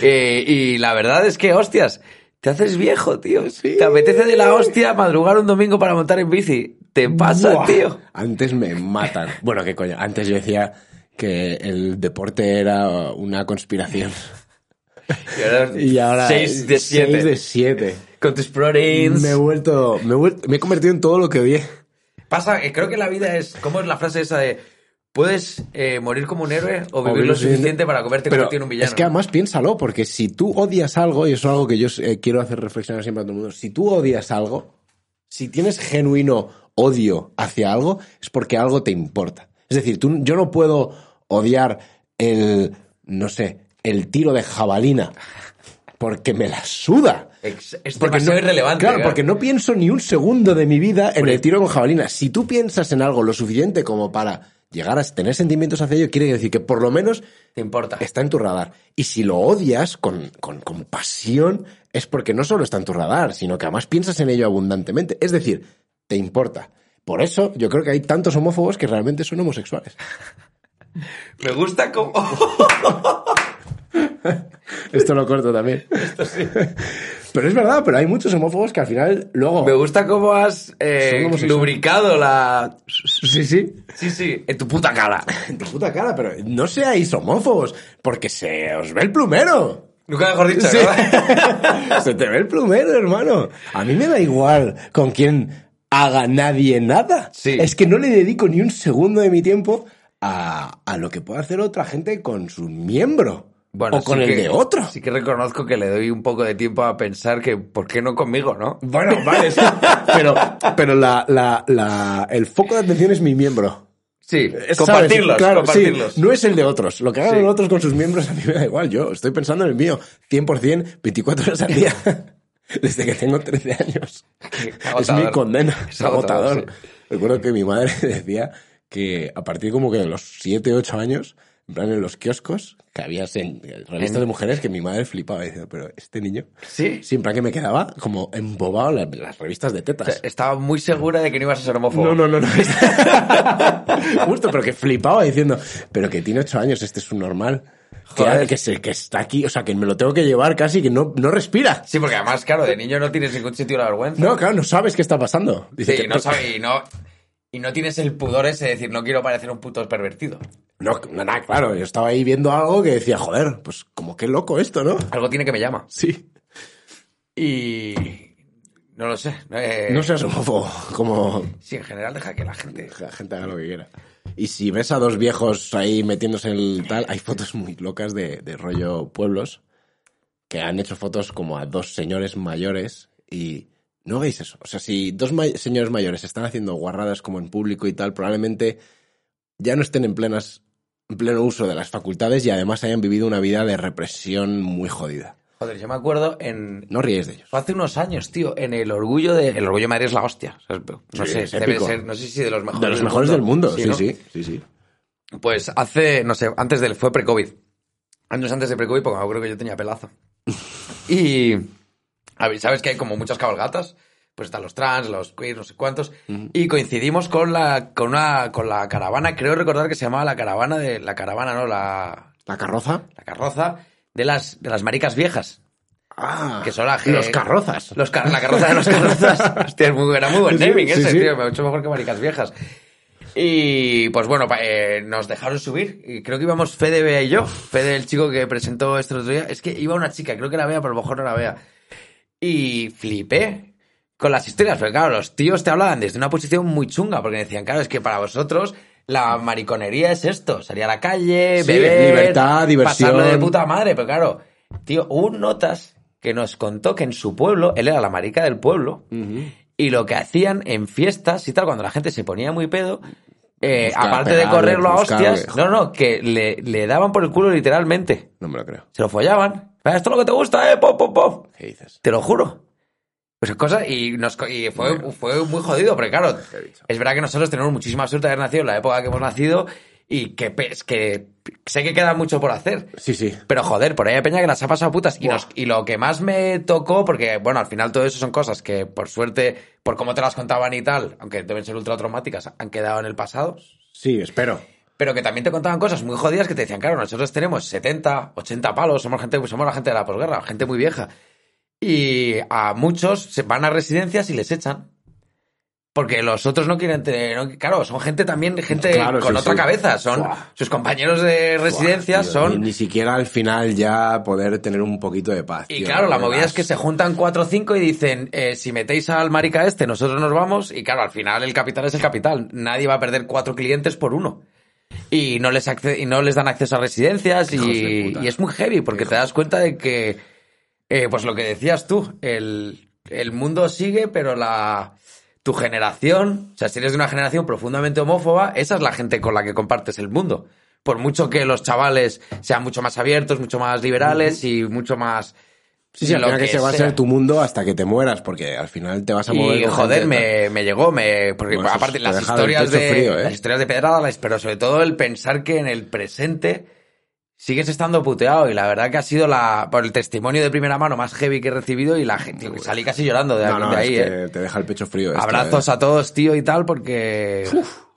[SPEAKER 2] Eh, y la verdad es que, hostias, te haces viejo, tío. Te apetece de la hostia madrugar un domingo para montar en bici. Te pasa,
[SPEAKER 1] Buah.
[SPEAKER 2] tío.
[SPEAKER 1] Antes me matan. Bueno, qué coño. Antes yo decía que el deporte era una conspiración.
[SPEAKER 2] Y ahora,
[SPEAKER 1] Y ahora...
[SPEAKER 2] 6 de 7.
[SPEAKER 1] Seis de siete.
[SPEAKER 2] Con tus proteins.
[SPEAKER 1] Me he vuelto... Me he, vuel- me he convertido en todo lo que odié.
[SPEAKER 2] Pasa, eh, creo que la vida es. ¿Cómo es la frase esa de. Puedes eh, morir como un héroe o vivir lo suficiente para comerte
[SPEAKER 1] Pero
[SPEAKER 2] convertido en un villano?
[SPEAKER 1] Es que además piénsalo, porque si tú odias algo, y eso es algo que yo eh, quiero hacer reflexionar siempre a todo el mundo, si tú odias algo, si tienes genuino odio hacia algo, es porque algo te importa. Es decir, tú, yo no puedo odiar el, no sé, el tiro de jabalina, porque me la suda.
[SPEAKER 2] Ex- es demasiado irrelevante. ¿eh?
[SPEAKER 1] Claro, porque no pienso ni un segundo de mi vida en el tiro con jabalina. Si tú piensas en algo lo suficiente como para llegar a tener sentimientos hacia ello, quiere decir que por lo menos
[SPEAKER 2] Te importa.
[SPEAKER 1] está en tu radar. Y si lo odias con, con, con pasión, es porque no solo está en tu radar, sino que además piensas en ello abundantemente. Es decir, te importa. Por eso yo creo que hay tantos homófobos que realmente son homosexuales.
[SPEAKER 2] Me gusta como.
[SPEAKER 1] Esto lo corto también. Pero es verdad, pero hay muchos homófobos que al final luego...
[SPEAKER 2] Me gusta cómo has eh,
[SPEAKER 1] Son homosexuales.
[SPEAKER 2] lubricado la.
[SPEAKER 1] Sí, sí.
[SPEAKER 2] Sí, sí, en tu puta cara.
[SPEAKER 1] En tu puta cara, pero no seáis homófobos, porque se os ve el plumero.
[SPEAKER 2] Nunca mejor dicho,
[SPEAKER 1] Sí.
[SPEAKER 2] ¿verdad?
[SPEAKER 1] Se te ve el plumero, hermano. A mí me da igual con quién haga nadie nada.
[SPEAKER 2] Sí.
[SPEAKER 1] Es que no le dedico ni un segundo de mi tiempo a, a lo que puede hacer otra gente con su miembro. o
[SPEAKER 2] sí
[SPEAKER 1] con el
[SPEAKER 2] que-
[SPEAKER 1] de otro.
[SPEAKER 2] Sí que reconozco que le doy un poco de tiempo a pensar que, ¿por qué no conmigo, no?
[SPEAKER 1] Bueno, vale, sí. Pero, pero la- la- la- el foco de atención es mi miembro.
[SPEAKER 2] Sí,
[SPEAKER 1] Es-
[SPEAKER 2] compartirlos,
[SPEAKER 1] Eh, ¿sabes? Claro, sí,
[SPEAKER 2] compartirlos.
[SPEAKER 1] no es el de otros. Lo que hagan
[SPEAKER 2] Sí.
[SPEAKER 1] los otros con sus miembros a mí me da igual. Yo estoy pensando en el mío 100%, 24 horas al día. Desde que tengo 13 años. Es
[SPEAKER 2] agotador.
[SPEAKER 1] mi condena.
[SPEAKER 2] Es
[SPEAKER 1] Es agotador.
[SPEAKER 2] agotador,
[SPEAKER 1] Recuerdo que mi madre decía que a partir como que de los 7, 8 años, en plan en los kioscos, que había sen- revistas de mujeres que mi madre flipaba y decía, pero este niño...
[SPEAKER 2] Sí.
[SPEAKER 1] Siempre que me quedaba como embobado en la- en las revistas de
[SPEAKER 2] O sea,
[SPEAKER 1] tetas.
[SPEAKER 2] Estaba muy segura de que no ibas a ser homófobo.
[SPEAKER 1] No, no, no, no. Justo, pero que flipaba diciendo, pero que tiene ocho años, este es un normal. Que,
[SPEAKER 2] Joder.
[SPEAKER 1] que, se, que está aquí, o sea, que me lo tengo que llevar casi, que no, no respira.
[SPEAKER 2] Sí, porque además, claro, de niño no tienes ningún sitio de la vergüenza.
[SPEAKER 1] No, claro, no sabes qué está pasando. Dice
[SPEAKER 2] Sí,
[SPEAKER 1] que
[SPEAKER 2] no sabes, y no, y no tienes el pudor ese de decir, no quiero parecer un puto pervertido.
[SPEAKER 1] No, no, nada, claro, yo estaba ahí viendo algo que decía, joder, pues como qué loco esto, ¿no?
[SPEAKER 2] Algo tiene que me llama.
[SPEAKER 1] Sí.
[SPEAKER 2] Y... No lo sé. eh,
[SPEAKER 1] No seas homófobo, como
[SPEAKER 2] Sí, en general deja que la gente...
[SPEAKER 1] la gente haga lo que quiera. Y si ves a dos viejos ahí metiéndose en el tal, hay fotos muy locas de, de rollo pueblos que han hecho fotos como a dos señores mayores y no veis eso. O sea, si dos may- señores mayores están haciendo guarradas como en público y tal, probablemente ya no estén en plenas en pleno uso de las facultades y además hayan vivido una vida de represión muy jodida.
[SPEAKER 2] Joder, yo me acuerdo en...
[SPEAKER 1] No ríes de ellos.
[SPEAKER 2] Fue hace unos años, tío, en el orgullo de... El orgullo de Madrid es la hostia. o sea, no
[SPEAKER 1] Sí,
[SPEAKER 2] sé,
[SPEAKER 1] es
[SPEAKER 2] debe
[SPEAKER 1] épico.
[SPEAKER 2] ser... No sé si de los mejores
[SPEAKER 1] De los mejores del mundo, sí,
[SPEAKER 2] ¿no?
[SPEAKER 1] sí, sí, sí.
[SPEAKER 2] Pues hace, no sé, antes del, fue pre-COVID. Años antes de pre-COVID, porque me acuerdo que yo tenía pelazo. Y, a ver, ¿sabes que hay como muchas cabalgatas? Pues están los trans, los queer, no sé cuántos. Y coincidimos con la, con una, con la caravana, creo recordar que se llamaba la caravana de, la caravana, ¿no? La,
[SPEAKER 1] La carroza.
[SPEAKER 2] la carroza de las, de las maricas viejas.
[SPEAKER 1] Ah,
[SPEAKER 2] Que son la ¿eh? ge-
[SPEAKER 1] los carrozas.
[SPEAKER 2] Los car- la carroza de los carrozas. Hostia, es muy- era muy buen
[SPEAKER 1] Sí,
[SPEAKER 2] naming
[SPEAKER 1] sí,
[SPEAKER 2] ese,
[SPEAKER 1] sí.
[SPEAKER 2] tío. Me ha hecho mejor que maricas viejas. Y pues bueno, pa- eh, nos dejaron subir. Y creo que íbamos Fede, Bea y yo. Fede, el chico que presentó esto el otro día. Es que iba una chica, creo que la vea, pero a lo mejor no la vea. Y flipé con las historias, porque claro, los tíos te hablaban desde una posición muy chunga, porque decían, claro, es que para vosotros la mariconería es esto, salir a la calle,
[SPEAKER 1] Sí,
[SPEAKER 2] beber,
[SPEAKER 1] libertad, diversión.
[SPEAKER 2] pasarlo de puta madre, pero claro, tío, hubo un notas que nos contó que en su pueblo, él era la marica del pueblo,
[SPEAKER 1] Mm.
[SPEAKER 2] y lo que hacían en fiestas y tal, cuando la gente se ponía muy pedo, eh,
[SPEAKER 1] Buscar,
[SPEAKER 2] aparte
[SPEAKER 1] pegarle,
[SPEAKER 2] de correrlo a
[SPEAKER 1] buscarle.
[SPEAKER 2] hostias, no, no, que le, le daban por el culo literalmente,
[SPEAKER 1] No me lo creo.
[SPEAKER 2] se lo follaban, "Ah, esto es lo que te gusta, eh, pop, pop, pop.
[SPEAKER 1] ¿Qué dices?
[SPEAKER 2] Te lo juro. Pues cosas, y, nos, co- y fue, fue muy jodido, porque claro, es verdad que nosotros tenemos muchísima suerte de haber nacido en la época que hemos nacido y que, pe- es que sé que queda mucho por hacer.
[SPEAKER 1] Sí, sí.
[SPEAKER 2] Pero joder, por ahí hay peña que las ha pasado putas. Y,
[SPEAKER 1] Buah.
[SPEAKER 2] nos- y lo que más me tocó, porque bueno, al final todo eso son cosas que por suerte, por cómo te las contaban y tal, aunque deben ser ultra traumáticas, han quedado en el pasado.
[SPEAKER 1] Sí, espero.
[SPEAKER 2] Pero que también te contaban cosas muy jodidas que te decían, claro, nosotros tenemos 70, 80 palos, somos gente, somos la gente de la posguerra, gente muy vieja. Y a muchos se van a residencias y les echan. Porque los otros no quieren tener. no- claro, son gente también, gente
[SPEAKER 1] Claro,
[SPEAKER 2] con
[SPEAKER 1] sí,
[SPEAKER 2] otra
[SPEAKER 1] sí.
[SPEAKER 2] cabeza. Son
[SPEAKER 1] Buah.
[SPEAKER 2] sus compañeros de residencias,
[SPEAKER 1] Buah, tío,
[SPEAKER 2] son.
[SPEAKER 1] Ni, ni siquiera al final ya poder tener un poquito de paz.
[SPEAKER 2] Y
[SPEAKER 1] tío,
[SPEAKER 2] claro, la
[SPEAKER 1] no me
[SPEAKER 2] movida
[SPEAKER 1] das.
[SPEAKER 2] es que se juntan cuatro o cinco y dicen, eh, si metéis al marica este, nosotros nos vamos. Y claro, al final el capital es el capital. Nadie va a perder cuatro clientes por uno. Y no les, acce- y no les dan acceso a residencias
[SPEAKER 1] Hijos de
[SPEAKER 2] y,
[SPEAKER 1] puta.
[SPEAKER 2] y es muy heavy porque te das cuenta de que, eh, pues lo que decías tú, el, el mundo sigue, pero la... Tu generación, o sea, si eres de una generación profundamente homófoba, esa es la gente con la que compartes el mundo. Por mucho que los chavales sean mucho más abiertos, mucho más liberales y mucho más
[SPEAKER 1] Sí, sí, al
[SPEAKER 2] lo
[SPEAKER 1] final que, se va a
[SPEAKER 2] sea.
[SPEAKER 1] ser tu mundo hasta que te mueras, porque al final te vas a mover.
[SPEAKER 2] Y
[SPEAKER 1] con
[SPEAKER 2] joder,
[SPEAKER 1] gente-
[SPEAKER 2] me, me llegó, me, porque
[SPEAKER 1] Bueno, eso
[SPEAKER 2] aparte
[SPEAKER 1] te
[SPEAKER 2] las
[SPEAKER 1] deja
[SPEAKER 2] historias,
[SPEAKER 1] el pecho
[SPEAKER 2] de,
[SPEAKER 1] frío, ¿eh?
[SPEAKER 2] las historias de pedrada, las- pero sobre todo el pensar que en el presente sigues estando puteado y la verdad que ha sido la, por el testimonio de primera mano más heavy que he recibido y la gente, tío, que salí casi llorando de,
[SPEAKER 1] No, no,
[SPEAKER 2] de ahí,
[SPEAKER 1] es
[SPEAKER 2] ¿eh?
[SPEAKER 1] que te deja el pecho frío. esto,
[SPEAKER 2] Abrazos
[SPEAKER 1] eh.
[SPEAKER 2] a todos, tío, y tal, porque...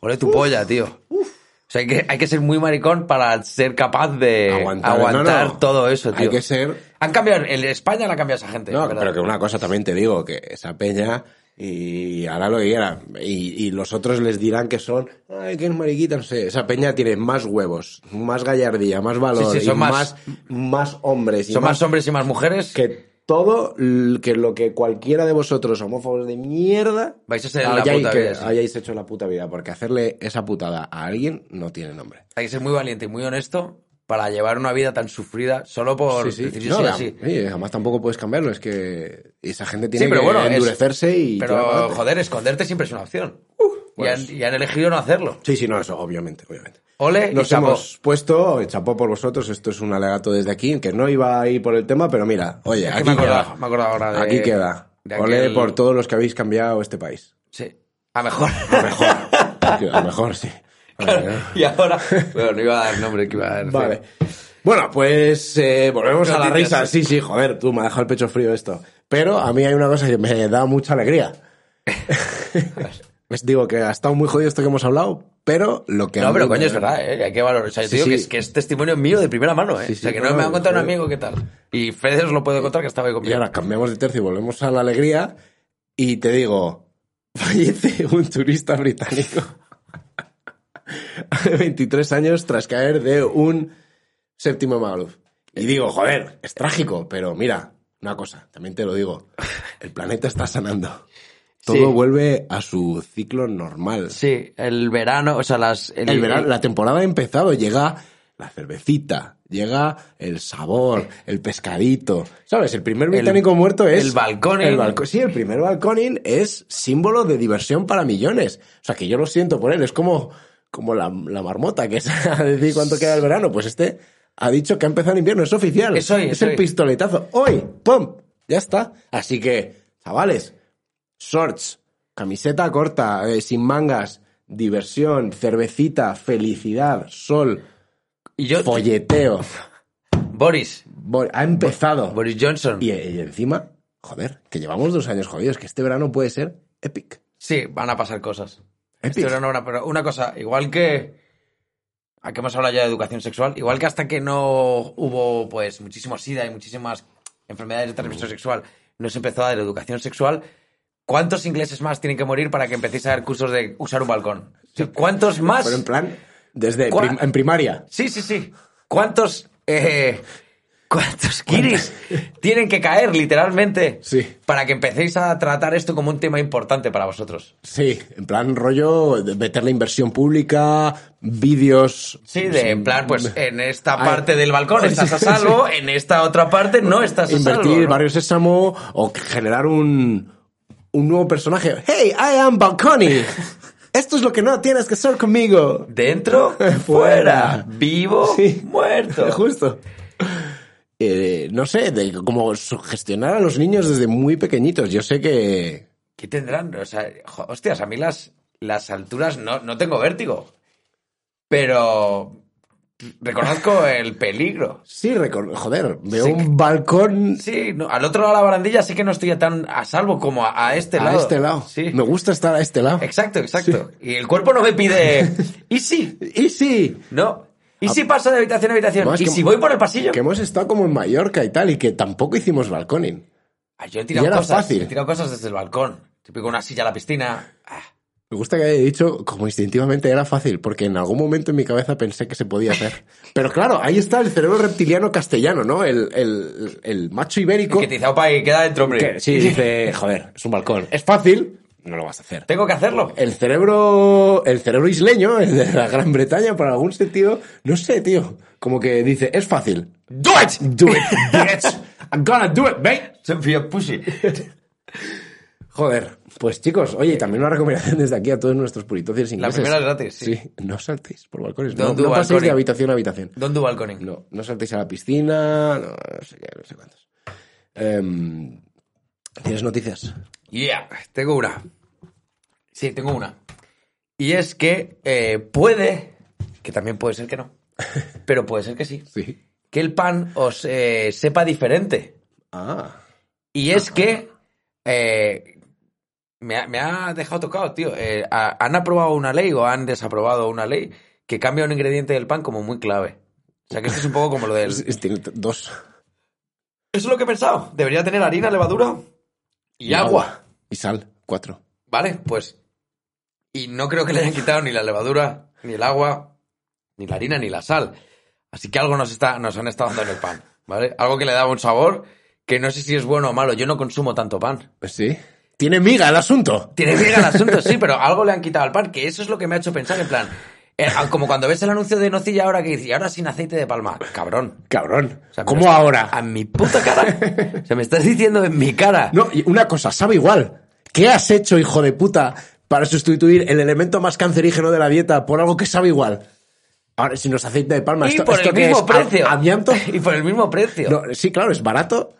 [SPEAKER 2] ole tu polla, tío. O sea, hay que, hay que ser muy maricón para ser capaz de
[SPEAKER 1] eh. Aguantar,
[SPEAKER 2] eh, aguantar,
[SPEAKER 1] no, no.
[SPEAKER 2] todo eso,
[SPEAKER 1] Hay
[SPEAKER 2] tío.
[SPEAKER 1] que ser-
[SPEAKER 2] Han cambiado, en España la ha cambiado esa gente.
[SPEAKER 1] No,
[SPEAKER 2] este, ¿verdad?
[SPEAKER 1] pero que una cosa también te digo, que esa peña y hará lo que quiera. Y, y los otros les dirán que son, ay, que es mariquita, no sé. Esa peña tiene más huevos, más gallardía, más valor,
[SPEAKER 2] Sí, sí, son
[SPEAKER 1] y
[SPEAKER 2] más-
[SPEAKER 1] más, más hombres. y
[SPEAKER 2] Son más hombres y más mujeres.
[SPEAKER 1] que todo l- que lo que cualquiera de vosotros homófobos de mierda
[SPEAKER 2] Vais a ser la
[SPEAKER 1] hayáis-
[SPEAKER 2] puta
[SPEAKER 1] que
[SPEAKER 2] vida, sí.
[SPEAKER 1] hayáis hecho la puta vida porque hacerle esa putada a alguien no tiene nombre
[SPEAKER 2] Hay que ser muy valiente y muy honesto para llevar una vida tan sufrida solo por decir yo
[SPEAKER 1] No,
[SPEAKER 2] soy
[SPEAKER 1] la-
[SPEAKER 2] así.
[SPEAKER 1] sí, además tampoco puedes cambiarlo es que esa gente tiene
[SPEAKER 2] Sí, pero
[SPEAKER 1] que
[SPEAKER 2] bueno, es-
[SPEAKER 1] endurecerse y tirar para
[SPEAKER 2] Pero,
[SPEAKER 1] adelante.
[SPEAKER 2] joder, esconderte siempre es una opción. y,
[SPEAKER 1] pues-
[SPEAKER 2] han, y han elegido no hacerlo.
[SPEAKER 1] sí sí no eso obviamente obviamente
[SPEAKER 2] Ole y
[SPEAKER 1] nos
[SPEAKER 2] chapó.
[SPEAKER 1] hemos puesto chapó por vosotros esto es un alegato desde aquí que no iba a ir por el tema pero mira oye
[SPEAKER 2] Es que
[SPEAKER 1] aquí
[SPEAKER 2] me he
[SPEAKER 1] queda
[SPEAKER 2] acordado, me he acordado ahora de...
[SPEAKER 1] aquí queda
[SPEAKER 2] de
[SPEAKER 1] Ole
[SPEAKER 2] aquel-
[SPEAKER 1] por todos los que habéis cambiado este país
[SPEAKER 2] Sí, a mejor.
[SPEAKER 1] A mejor. A mejor, sí. Vale. eh.
[SPEAKER 2] y ahora... Bueno, no iba a dar nombre, que iba a dar...
[SPEAKER 1] Vale. Bueno, pues eh, volvemos a la
[SPEAKER 2] Noticias,
[SPEAKER 1] risa. Sí, sí, joder, tú me ha dejado el pecho frío esto. Pero a mí hay una cosa que me da mucha alegría. Os digo que ha estado muy jodido esto que hemos hablado, pero lo que... a
[SPEAKER 2] No,
[SPEAKER 1] mí
[SPEAKER 2] pero
[SPEAKER 1] me-
[SPEAKER 2] coño, es verdad, ¿eh? que hay que valorar. O sea, yo
[SPEAKER 1] Sí,
[SPEAKER 2] digo
[SPEAKER 1] sí.
[SPEAKER 2] Que, es, que es testimonio mío de primera mano, ¿eh?
[SPEAKER 1] Sí, sí,
[SPEAKER 2] o sea, que
[SPEAKER 1] no,
[SPEAKER 2] no, me
[SPEAKER 1] no,
[SPEAKER 2] ha contado un
[SPEAKER 1] joder.
[SPEAKER 2] amigo qué tal. Y Fede os lo puede contar que estaba ahí
[SPEAKER 1] Y
[SPEAKER 2] conmigo.
[SPEAKER 1] ahora cambiamos de tercio y volvemos a la alegría y te digo, fallece un turista británico de 23 años tras caer de un séptimo Magaluf. Y digo, joder, es trágico, pero mira, una cosa, también te lo digo, el planeta está sanando. Todo
[SPEAKER 2] Sí.
[SPEAKER 1] vuelve a su ciclo normal.
[SPEAKER 2] Sí, el verano, o sea, las...
[SPEAKER 1] El
[SPEAKER 2] eh.
[SPEAKER 1] verano, la temporada ha empezado, llega la cervecita, llega el sabor, el pescadito. ¿Sabes? El primer británico muerto es.
[SPEAKER 2] el balconing.
[SPEAKER 1] El balco- sí, el primer balconing es símbolo de diversión para millones. O sea, que yo lo siento por él, es como, como la, la marmota que es a decir cuánto queda el verano. Pues este ha dicho que ha empezado el invierno, es oficial.
[SPEAKER 2] Es hoy, es
[SPEAKER 1] el
[SPEAKER 2] hoy.
[SPEAKER 1] pistoletazo. Hoy, ¡pum! Ya está. Así que, chavales, shorts, camiseta corta, eh, sin mangas, diversión, cervecita, felicidad, sol,
[SPEAKER 2] Y yo,
[SPEAKER 1] folleteo.
[SPEAKER 2] Boris,
[SPEAKER 1] Bo- Ha empezado.
[SPEAKER 2] Boris Johnson.
[SPEAKER 1] Y, y encima, joder, que llevamos dos años jodidos, que este verano puede ser epic.
[SPEAKER 2] Sí, van a pasar cosas.
[SPEAKER 1] Epic.
[SPEAKER 2] Este verano habrá- pero una cosa, igual que. Aquí hemos hablado ya de educación sexual. Igual que hasta que no hubo, pues, muchísimo SIDA y muchísimas enfermedades de transmisión sexual, no se empezó a dar educación sexual. ¿Cuántos ingleses más tienen que morir para que empecéis a dar cursos de usar un balcón? O sea, ¿Cuántos más?
[SPEAKER 1] Pero en plan, desde
[SPEAKER 2] ¿Cuál?
[SPEAKER 1] prim- en primaria.
[SPEAKER 2] Sí, sí, sí. ¿Cuántos eh, ¿Cuántos kiris tienen que caer, literalmente?
[SPEAKER 1] Sí.
[SPEAKER 2] Para que empecéis a tratar esto como un tema importante para vosotros.
[SPEAKER 1] Sí, en plan rollo de meter la inversión pública, vídeos... mm,
[SPEAKER 2] Sí, de en plan, pues en esta
[SPEAKER 1] Ay.
[SPEAKER 2] parte del balcón
[SPEAKER 1] Sí,
[SPEAKER 2] estás a
[SPEAKER 1] sí,
[SPEAKER 2] salvo, en esta otra parte no estás a salvo.
[SPEAKER 1] Invertir
[SPEAKER 2] ¿no?
[SPEAKER 1] Barrio Sésamo o generar un, un nuevo personaje. ¡Hey, I am Balcony! Esto es lo que no tienes que hacer conmigo.
[SPEAKER 2] Dentro, fuera. Vivo,
[SPEAKER 1] Sí.
[SPEAKER 2] muerto.
[SPEAKER 1] Justo. Eh, no sé, de como sugestionar a los niños desde muy pequeñitos. Yo sé que...
[SPEAKER 2] ¿Qué tendrán? O sea, jo- hostias, a mí las, las alturas no, no tengo vértigo. Pero reconozco el peligro.
[SPEAKER 1] Sí, recor- joder, veo
[SPEAKER 2] Sí.
[SPEAKER 1] un balcón
[SPEAKER 2] Sí, no, al otro lado de la barandilla sí que no estoy tan a salvo como a, a este
[SPEAKER 1] a
[SPEAKER 2] lado.
[SPEAKER 1] este lado.
[SPEAKER 2] Sí.
[SPEAKER 1] Me gusta estar a este lado.
[SPEAKER 2] Exacto, exacto. Y el cuerpo no me pide. ¿Y si?
[SPEAKER 1] Y sí,
[SPEAKER 2] No. ¿Y si paso de habitación a habitación?
[SPEAKER 1] Además,
[SPEAKER 2] ¿Y
[SPEAKER 1] Ah, que-
[SPEAKER 2] si voy por el pasillo?
[SPEAKER 1] que hemos estado como en Mallorca y tal, y que tampoco hicimos balconing.
[SPEAKER 2] Ah, yo he tirado
[SPEAKER 1] y era
[SPEAKER 2] cosas.
[SPEAKER 1] fácil.
[SPEAKER 2] He tirado cosas desde el balcón. Te pico una silla a la piscina. Ah,
[SPEAKER 1] Me gusta que haya dicho, como instintivamente era fácil, porque en algún momento en mi cabeza pensé que se podía hacer. Pero claro, ahí está el cerebro reptiliano castellano, ¿no? El, el, el macho ibérico.
[SPEAKER 2] que te dice, opa, y queda dentro, hombre.
[SPEAKER 1] que- sí, dice, joder, es un balcón. Es fácil, no lo vas a hacer.
[SPEAKER 2] Tengo que hacerlo.
[SPEAKER 1] El cerebro, el cerebro isleño, el de la Gran Bretaña, por algún sentido, no sé, tío. Como que dice, es fácil.
[SPEAKER 2] ¡Do it!
[SPEAKER 1] Do it, bitch. I'm gonna do it, mate.
[SPEAKER 2] Don't be a pussy.
[SPEAKER 1] Joder, pues chicos, oye, y también una recomendación desde aquí a todos nuestros puritocios ingleses.
[SPEAKER 2] primera es gratis, sí.
[SPEAKER 1] no saltéis por balcones.
[SPEAKER 2] Don't
[SPEAKER 1] No, no
[SPEAKER 2] do
[SPEAKER 1] paséis
[SPEAKER 2] balconing.
[SPEAKER 1] de habitación a habitación.
[SPEAKER 2] Don't do balconing.
[SPEAKER 1] No, no saltéis a la piscina, no, no sé qué, no sé cuántos. Em, ¿Tienes noticias?
[SPEAKER 2] Yeah, tengo una. Sí, tengo una. Y es que eh, puede, que también puede ser que no, pero puede ser que sí,
[SPEAKER 1] Sí.
[SPEAKER 2] que el pan os eh, sepa diferente.
[SPEAKER 1] Ah.
[SPEAKER 2] Y es que eh, me, ha, me ha dejado tocado, tío. Eh, ha- han aprobado una ley o han desaprobado una ley que cambia un ingrediente del pan como muy clave. O sea, que esto es un poco como lo del...
[SPEAKER 1] Es-
[SPEAKER 2] Eso
[SPEAKER 1] es- Tiene t- dos.
[SPEAKER 2] es lo que he pensado. Debería tener harina, levadura y, agua.
[SPEAKER 1] Y sal, cuatro.
[SPEAKER 2] Vale, pues. Y no creo que le hayan quitado ni la levadura, ni el agua, ni la harina, ni la sal. Así que algo nos, está, nos han estado dando en el pan, ¿vale? Algo que le daba un sabor que no sé si es bueno o malo. Yo no consumo tanto pan.
[SPEAKER 1] Pues sí. Tiene miga el asunto.
[SPEAKER 2] Tiene bien el asunto, sí, pero algo le han quitado al pan, que eso es lo que me ha hecho pensar, en plan. eh, como cuando ves el anuncio de Nocilla ahora que dice, "Y ahora sin aceite de palma. Cabrón.
[SPEAKER 1] Cabrón.
[SPEAKER 2] O sea, me
[SPEAKER 1] ¿Cómo
[SPEAKER 2] lo está-
[SPEAKER 1] ahora?
[SPEAKER 2] A mi puta cara. O sea, me estás diciendo en mi cara.
[SPEAKER 1] No, y una cosa, sabe igual. ¿Qué has hecho, hijo de puta, para sustituir el elemento más cancerígeno de la dieta por algo que sabe igual? Ahora, si nos aceite de palma,
[SPEAKER 2] y
[SPEAKER 1] esto,
[SPEAKER 2] por
[SPEAKER 1] esto
[SPEAKER 2] el
[SPEAKER 1] qué
[SPEAKER 2] mismo
[SPEAKER 1] es? ¿A-
[SPEAKER 2] precio.
[SPEAKER 1] ¿Amianto?
[SPEAKER 2] Y por el mismo precio.
[SPEAKER 1] No, sí, claro, es barato,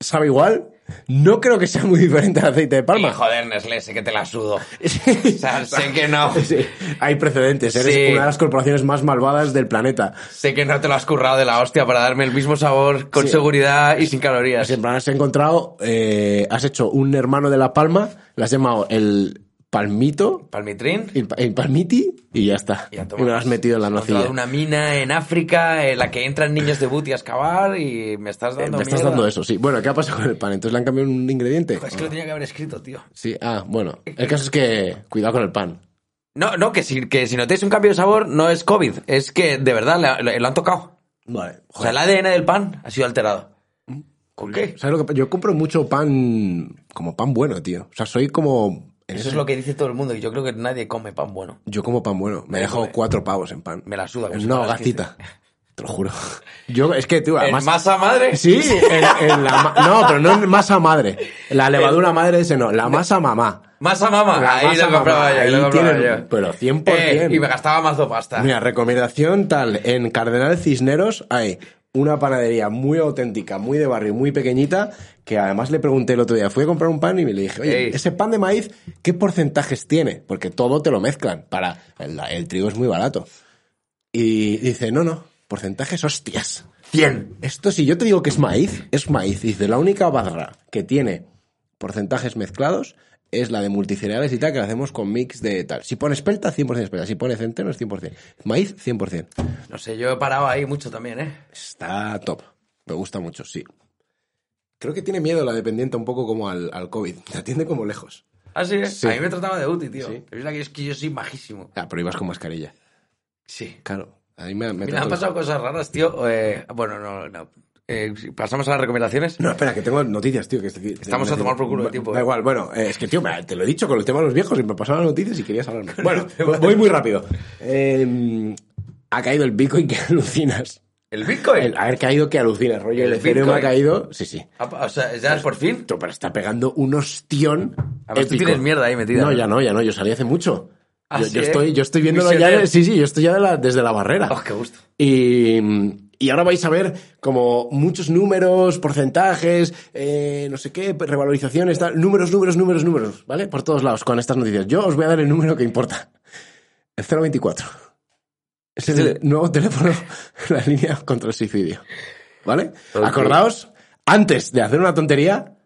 [SPEAKER 1] sabe igual. No creo que sea muy diferente al aceite de
[SPEAKER 2] Y
[SPEAKER 1] palma.
[SPEAKER 2] joder, Nestlé, sé que te la sudo. O sea, sé que no.
[SPEAKER 1] Sí, hay precedentes, eres
[SPEAKER 2] Sí.
[SPEAKER 1] una de las corporaciones más malvadas del planeta.
[SPEAKER 2] Sé que no te lo has currado de la hostia para darme el mismo sabor con
[SPEAKER 1] Sí.
[SPEAKER 2] seguridad y sin calorías.
[SPEAKER 1] Siempre has encontrado, eh, has hecho un hermano de la palma, le has llamado el palmito,
[SPEAKER 2] Palmitrin.
[SPEAKER 1] el, pa- el palmiti y ya está.
[SPEAKER 2] Y a
[SPEAKER 1] y
[SPEAKER 2] tomar.
[SPEAKER 1] me lo has metido en la
[SPEAKER 2] He encontrado
[SPEAKER 1] nocilla. Eh,
[SPEAKER 2] una mina en África en la que entran niños de booty a excavar y me estás
[SPEAKER 1] Eh,
[SPEAKER 2] dando
[SPEAKER 1] me estás
[SPEAKER 2] mierda. Pues,
[SPEAKER 1] dando eso, sí. Bueno, ¿qué ha pasado con el pan? Entonces le han cambiado un ingrediente.
[SPEAKER 2] Joder, Es que lo tenía que haber escrito, tío.
[SPEAKER 1] Sí, ah, bueno. El caso es que cuidado con el pan.
[SPEAKER 2] No, no, que si, que si notéis un cambio de sabor no es COVID, es que de verdad la- la- lo han tocado.
[SPEAKER 1] Vale.
[SPEAKER 2] O sea, el ADN del pan ha sido alterado.
[SPEAKER 1] Mm.
[SPEAKER 2] ¿Con qué?
[SPEAKER 1] ¿Sabes lo que pa- Yo compro mucho pan, como pan bueno, tío. O sea, soy como... en
[SPEAKER 2] Eso
[SPEAKER 1] ese-
[SPEAKER 2] es lo que dice todo el mundo y yo creo que nadie come pan bueno.
[SPEAKER 1] Yo como pan bueno. Me he dejado cuatro pavos en pan.
[SPEAKER 2] Me la suda,
[SPEAKER 1] En
[SPEAKER 2] pues,
[SPEAKER 1] una
[SPEAKER 2] para las
[SPEAKER 1] hogacita. Te lo juro. Yo, es que, tío,
[SPEAKER 2] ¿En
[SPEAKER 1] además...
[SPEAKER 2] masa madre?
[SPEAKER 1] Sí, en, en la ma- No, pero no en masa madre. La levadura madre ese no. La masa mamá.
[SPEAKER 2] Masa mama.
[SPEAKER 1] La
[SPEAKER 2] ahí
[SPEAKER 1] masa
[SPEAKER 2] lo compraba
[SPEAKER 1] mamá,
[SPEAKER 2] yo. lo
[SPEAKER 1] ahí
[SPEAKER 2] compraba
[SPEAKER 1] tienen-
[SPEAKER 2] yo.
[SPEAKER 1] pero 100%.
[SPEAKER 2] Eh, y me gastaba más de pasta.
[SPEAKER 1] Mira, recomendación tal. En Cardenal Cisneros hay una panadería muy auténtica, muy de barrio, muy pequeñita, que además le pregunté el otro día, fui a comprar un pan y me le dije, oye,
[SPEAKER 2] Ey.
[SPEAKER 1] ese pan de maíz, ¿qué porcentajes tiene? Porque todo te lo mezclan. Para el, el trigo es muy barato. Y dice, no, no, porcentajes hostias.
[SPEAKER 2] 100.
[SPEAKER 1] Esto si yo te digo que es maíz, es maíz. Dice, la única barra que tiene porcentajes mezclados es la de multicereales y tal, que la hacemos con mix de tal. Si pone espelta, 100% espelta. Si pone centeno, es 100%. Maíz, 100%.
[SPEAKER 2] No sé, yo he parado ahí mucho también, ¿eh?
[SPEAKER 1] Está top. Me gusta mucho, sí. Creo que tiene miedo la dependiente un poco como al, al COVID. Te atiende como lejos.
[SPEAKER 2] Ah, sí, ¿eh?
[SPEAKER 1] Sí.
[SPEAKER 2] A mí me trataba de útil, tío.
[SPEAKER 1] Sí.
[SPEAKER 2] Es verdad que es que yo soy majísimo.
[SPEAKER 1] Ah, pero ibas con mascarilla.
[SPEAKER 2] Sí.
[SPEAKER 1] Claro. A mí me, me
[SPEAKER 2] Mira,
[SPEAKER 1] trató-
[SPEAKER 2] han pasado cosas raras, tío. Eh, bueno, no, no. eh, si pasamos a las recomendaciones.
[SPEAKER 1] No, espera, que tengo noticias, tío. Que estoy-
[SPEAKER 2] Estamos a tomar por culo de tiempo,
[SPEAKER 1] Da
[SPEAKER 2] eh.
[SPEAKER 1] igual, bueno, eh, es que, tío, me- te lo he dicho con el tema de los viejos y me pasaban las noticias y querías hablar. Bueno, voy muy rápido. Eh, ha caído el Bitcoin que alucinas.
[SPEAKER 2] El Bitcoin.
[SPEAKER 1] El haber caído que alucinas, rollo. El,
[SPEAKER 2] El
[SPEAKER 1] Ethereum ha
[SPEAKER 2] Bitcoin.
[SPEAKER 1] caído. Sí, sí.
[SPEAKER 2] Ah, pa- O sea, ya por fin.
[SPEAKER 1] Tío, pero está pegando un ostión.
[SPEAKER 2] Además, tú
[SPEAKER 1] épico.
[SPEAKER 2] tienes mierda ahí metida,
[SPEAKER 1] No,
[SPEAKER 2] ¿no?
[SPEAKER 1] ya no, ya no. Yo salí hace mucho.
[SPEAKER 2] Ah,
[SPEAKER 1] yo,
[SPEAKER 2] ¿sí,
[SPEAKER 1] yo
[SPEAKER 2] eh?
[SPEAKER 1] estoy, yo estoy viéndolo ya.
[SPEAKER 2] Misionero.
[SPEAKER 1] Sí, sí, yo estoy ya de la- desde la barrera.
[SPEAKER 2] Oh, qué gusto.
[SPEAKER 1] Y, y ahora vais a ver como muchos números, porcentajes, eh, no sé qué, revalorizaciones, tal, números, números, números, números, ¿vale? Por todos lados con estas noticias. Yo os voy a dar el número que importa. El 024. Es el nuevo teléfono, la línea contra el suicidio. ¿Vale?
[SPEAKER 2] Ok.
[SPEAKER 1] Acordaos, antes de hacer una tontería,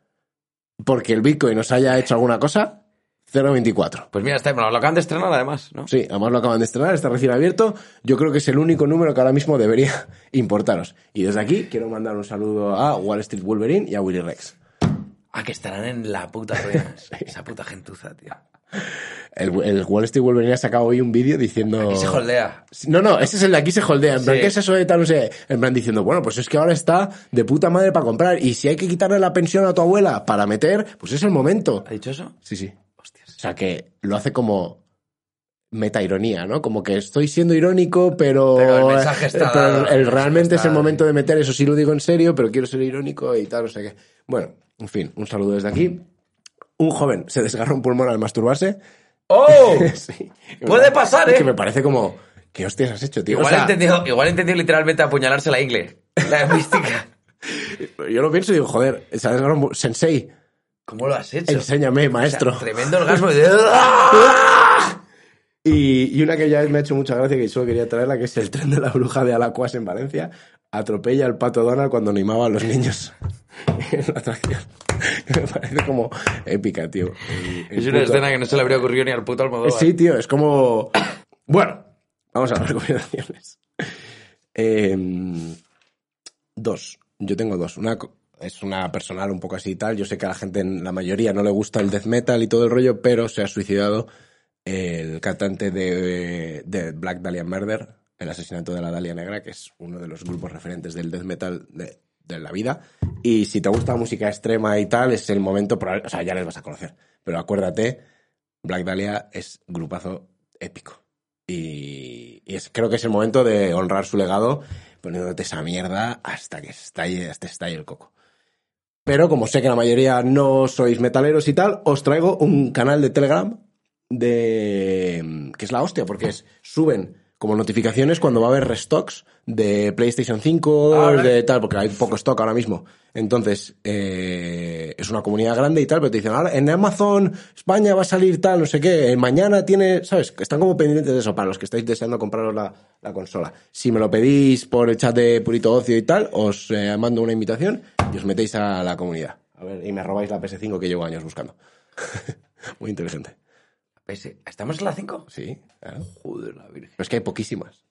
[SPEAKER 1] porque el Bitcoin os haya hecho alguna cosa, 024.
[SPEAKER 2] Pues mira, está, me lo acaban de estrenar además, ¿no?
[SPEAKER 1] Sí, además lo acaban de estrenar, está recién abierto. Yo creo que es el único número que ahora mismo debería importaros. Y desde aquí quiero mandar un saludo a Wall Street Wolverine y a Willy Rex.
[SPEAKER 2] Ah, que estarán en la puta ruina. Esa puta gentuza, tío.
[SPEAKER 1] El, el Wall Street Wolverine ha sacado hoy un vídeo diciendo...
[SPEAKER 2] Aquí se holdea.
[SPEAKER 1] No, no, ese es el de aquí se holdea. En plan,
[SPEAKER 2] Sí.
[SPEAKER 1] ¿qué es eso de tal? No sé. En plan, diciendo, bueno, pues es que ahora está de puta madre para comprar. Y si hay que quitarle la pensión a tu abuela para meter, pues es el momento.
[SPEAKER 2] ¿Ha dicho eso?
[SPEAKER 1] Sí, sí.
[SPEAKER 2] Hostias.
[SPEAKER 1] O sea, que lo hace como metaironía, ¿no? Como que estoy siendo irónico, pero...
[SPEAKER 2] Pero el mensaje está
[SPEAKER 1] pero el-
[SPEAKER 2] dado, el
[SPEAKER 1] el
[SPEAKER 2] mensaje
[SPEAKER 1] realmente
[SPEAKER 2] está
[SPEAKER 1] es el
[SPEAKER 2] dado.
[SPEAKER 1] momento de meter, eso sí lo digo en serio, pero quiero ser irónico y tal, no sé qué. Bueno, en fin, un saludo desde aquí. Un joven se desgarra un pulmón al masturbarse.
[SPEAKER 2] ¡Oh!
[SPEAKER 1] Sí.
[SPEAKER 2] Puede pasar,
[SPEAKER 1] Es Que
[SPEAKER 2] ¿eh?
[SPEAKER 1] me parece como... ¿Qué hostias has hecho, tío? O
[SPEAKER 2] Igual,
[SPEAKER 1] sea,
[SPEAKER 2] entendió, igual entendió literalmente apuñalarse la ingle. La mística.
[SPEAKER 1] yo lo pienso y digo, joder, se ha desgarrado un... bu- Sensei,
[SPEAKER 2] ¿Cómo lo has hecho?
[SPEAKER 1] enséñame,
[SPEAKER 2] O sea,
[SPEAKER 1] maestro.
[SPEAKER 2] tremendo orgasmo. ¡Ah! De...
[SPEAKER 1] Y, y una que ya me ha hecho mucha gracia que solo quería traerla, que es el tren de la bruja de Alacuas en Valencia. Atropella al pato Donald cuando animaba a los niños en la atracción. me parece como épica, tío. El- el
[SPEAKER 2] Es una
[SPEAKER 1] puto-
[SPEAKER 2] escena que no se le habría ocurrido ni al puto Almodóvar.
[SPEAKER 1] Eh, Sí, tío, es como... Bueno, vamos a las recomendaciones. Em, dos. Yo tengo dos. Una co- es una personal un poco así y tal. Yo sé que a la gente, en la mayoría, no le gusta el death metal y todo el rollo, pero se ha suicidado el cantante de, de Black Dahlia Murder, el asesinato de la Dahlia Negra, que es uno de los grupos referentes del death metal de, de la vida. Y si te gusta la música extrema y tal, es el momento, probable- o sea, ya les vas a conocer. Pero acuérdate, Black Dahlia es grupazo épico. Y, y es- creo que es el momento de honrar su legado poniéndote esa mierda hasta que estalle, hasta estalle el coco. Pero como sé que la mayoría no sois metaleros y tal, os traigo un canal de Telegram de que es la hostia, porque es, suben como notificaciones cuando va a haber restocks de PlayStation 5,
[SPEAKER 2] Ah, vale.
[SPEAKER 1] de tal, porque hay poco stock ahora mismo. Entonces, eh, es una comunidad grande y tal, pero te dicen, ahora en Amazon España va a salir tal, no sé qué, eh, mañana tiene, ¿sabes? Que Están como pendientes de eso, para los que estáis deseando compraros la, la consola. Si me lo pedís por el chat de Purito Ocio y tal, os eh, mando una invitación y os metéis a la comunidad. A ver, y me robáis la PS5 que llevo años buscando. Muy inteligente.
[SPEAKER 2] Ese- Pues, ¿Estamos en la 5?
[SPEAKER 1] Sí, claro.
[SPEAKER 2] Joder, la virgen. Ah,
[SPEAKER 1] Pero es que hay poquísimas.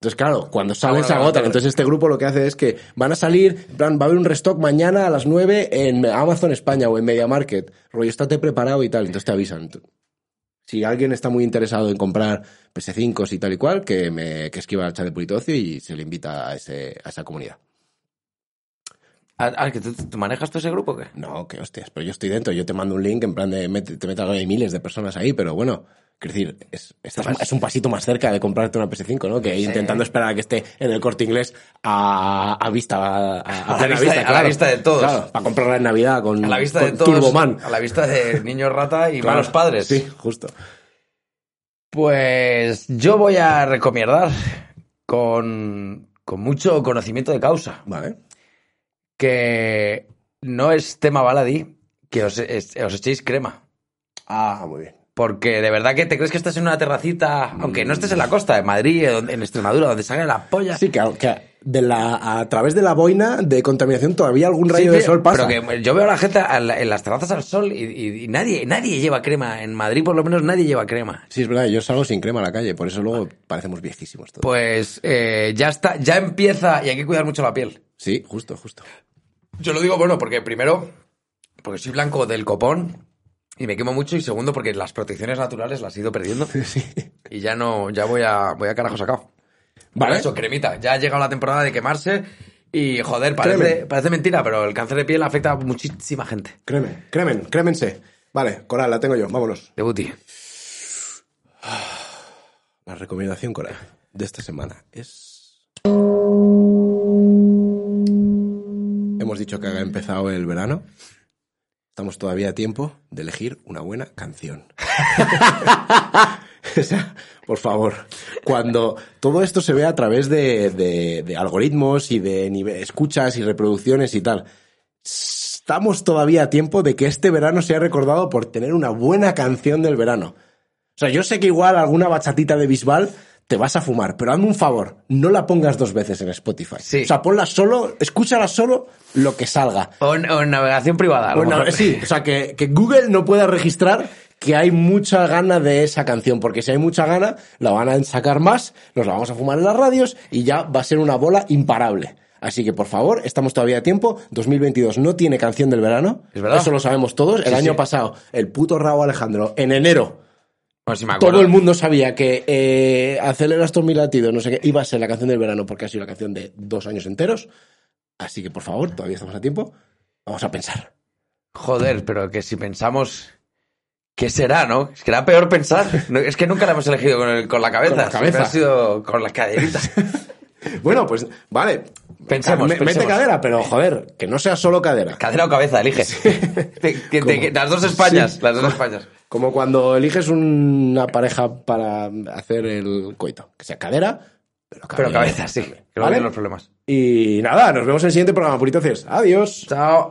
[SPEAKER 1] Entonces, claro, cuando salen
[SPEAKER 2] bueno,
[SPEAKER 1] se
[SPEAKER 2] bueno,
[SPEAKER 1] agotan.
[SPEAKER 2] claro.
[SPEAKER 1] Entonces, este grupo lo que hace es que van a salir, en plan, va a haber un restock mañana a las 9 en Amazon España o en Media Market. Rollo, estate preparado y tal. Entonces te avisan. Si alguien está muy interesado en comprar PS5 y tal y cual, que, me, que escriba al chat de Purito Ocio y se le invita a, ese, a esa comunidad.
[SPEAKER 2] Ah, ah, que tú, tú manejas todo ese grupo o qué?
[SPEAKER 1] No, que hostias, pero yo estoy dentro. Yo te mando un link en plan de mete- te meto algo hay miles de personas ahí, pero bueno. Quiero decir, es, estás- es un pasito más cerca de comprarte una PS5, ¿no? Que intentando esperar a que esté en el corte inglés a, a vista, a, a- a plena
[SPEAKER 2] vista- a la
[SPEAKER 1] claro.
[SPEAKER 2] vista de todos.
[SPEAKER 1] Claro, para comprarla en Navidad con,
[SPEAKER 2] A la vista
[SPEAKER 1] Mm, con
[SPEAKER 2] de todos.
[SPEAKER 1] Turboman.
[SPEAKER 2] A la vista de niños rata y
[SPEAKER 1] Claro.
[SPEAKER 2] malos padres.
[SPEAKER 1] Sí, justo.
[SPEAKER 2] Pues yo voy a recomendar con, con mucho conocimiento de causa,
[SPEAKER 1] Vale.
[SPEAKER 2] que no es tema baladí que os, es- os echéis crema.
[SPEAKER 1] Ah, muy bien.
[SPEAKER 2] Porque de verdad que te crees que estás en una terracita, aunque no estés en la costa, en Madrid, donde- en Extremadura, donde salga la polla.
[SPEAKER 1] Sí, que, a- que a- de la, a través de la boina de contaminación todavía algún rayo
[SPEAKER 2] Sí,
[SPEAKER 1] de
[SPEAKER 2] pero-
[SPEAKER 1] sol pasa.
[SPEAKER 2] Pero que yo veo a la gente a la- en las terrazas al sol y, y- y nadie, nadie lleva crema. En Madrid, por lo menos, nadie lleva crema.
[SPEAKER 1] Sí, es verdad, yo salgo sin crema a la calle, por eso luego parecemos viejísimos todos.
[SPEAKER 2] Pues eh, ya está, ya empieza y hay que cuidar mucho la piel.
[SPEAKER 1] Sí, justo, justo.
[SPEAKER 2] Yo lo digo, bueno, porque primero, porque soy blanco del copón y me quemo mucho. Y segundo, porque las protecciones naturales las he ido perdiendo. Y ya no, ya voy a, voy a carajo sacado.
[SPEAKER 1] Vale.
[SPEAKER 2] Por eso, cremita. Ya ha llegado la temporada de quemarse Y joder, parece,
[SPEAKER 1] Créeme.
[SPEAKER 2] parece mentira, pero el cáncer de piel afecta a muchísima gente.
[SPEAKER 1] Créeme, cremen, crémense. Vale, Coral, la tengo yo, vámonos.
[SPEAKER 2] De Buti.
[SPEAKER 1] La recomendación, Coral, de esta semana es... Hemos dicho que ha empezado el verano. Estamos todavía a tiempo de elegir una buena canción. O sea, por favor, cuando todo esto se ve a través de, de- de algoritmos y de nive- escuchas y reproducciones y tal, estamos todavía a tiempo de que este verano sea recordado por tener una buena canción del verano. O sea, yo sé que igual alguna bachatita de Bisbal te vas a fumar, pero hazme un favor, no la pongas dos veces en Spotify.
[SPEAKER 2] Sí.
[SPEAKER 1] O sea, ponla solo, escúchala solo lo que salga.
[SPEAKER 2] O, en- o en navegación privada. a lo
[SPEAKER 1] Bueno,
[SPEAKER 2] mejor.
[SPEAKER 1] sí, o sea, que, que Google no pueda registrar que hay mucha gana de esa canción, porque si hay mucha gana, la van a sacar más, nos la vamos a fumar en las radios y ya va a ser una bola imparable. Así que, por favor, estamos todavía a tiempo. 2022 no tiene canción del verano.
[SPEAKER 2] Es verdad.
[SPEAKER 1] Eso lo sabemos todos. El
[SPEAKER 2] Sí,
[SPEAKER 1] año
[SPEAKER 2] sí.
[SPEAKER 1] pasado, el puto Raúl Alejandro, en enero,
[SPEAKER 2] Pues sí me acuerdo.
[SPEAKER 1] todo el mundo sabía que eh, Aceleras tus mil latidos, no sé qué, iba a ser la canción del verano porque ha sido la canción de dos años enteros. Así que, por favor, todavía estamos a tiempo. Vamos a pensar.
[SPEAKER 2] Joder, pero que si pensamos. ¿Qué será, no? Es que era peor pensar. No, es que nunca la hemos elegido con, el- con la cabeza.
[SPEAKER 1] Con la cabeza.
[SPEAKER 2] Siempre ha sido con las caderitas.
[SPEAKER 1] Bueno, pues vale.
[SPEAKER 2] Pensemos,
[SPEAKER 1] Me- Mete
[SPEAKER 2] pensemos.
[SPEAKER 1] cadera, pero joder, que no sea solo cadera.
[SPEAKER 2] Cadera o cabeza, elige. Te- que-
[SPEAKER 1] Como-
[SPEAKER 2] te- las dos Españas,
[SPEAKER 1] Sí.
[SPEAKER 2] las dos Españas.
[SPEAKER 1] Como cuando eliges una pareja para hacer el coito. Que sea cadera, pero cabeza.
[SPEAKER 2] Pero cabeza, sí. Que no
[SPEAKER 1] ¿Vale?
[SPEAKER 2] vienen los problemas.
[SPEAKER 1] Y nada, nos vemos en el siguiente programa, puritocios. Adiós.
[SPEAKER 2] Chao.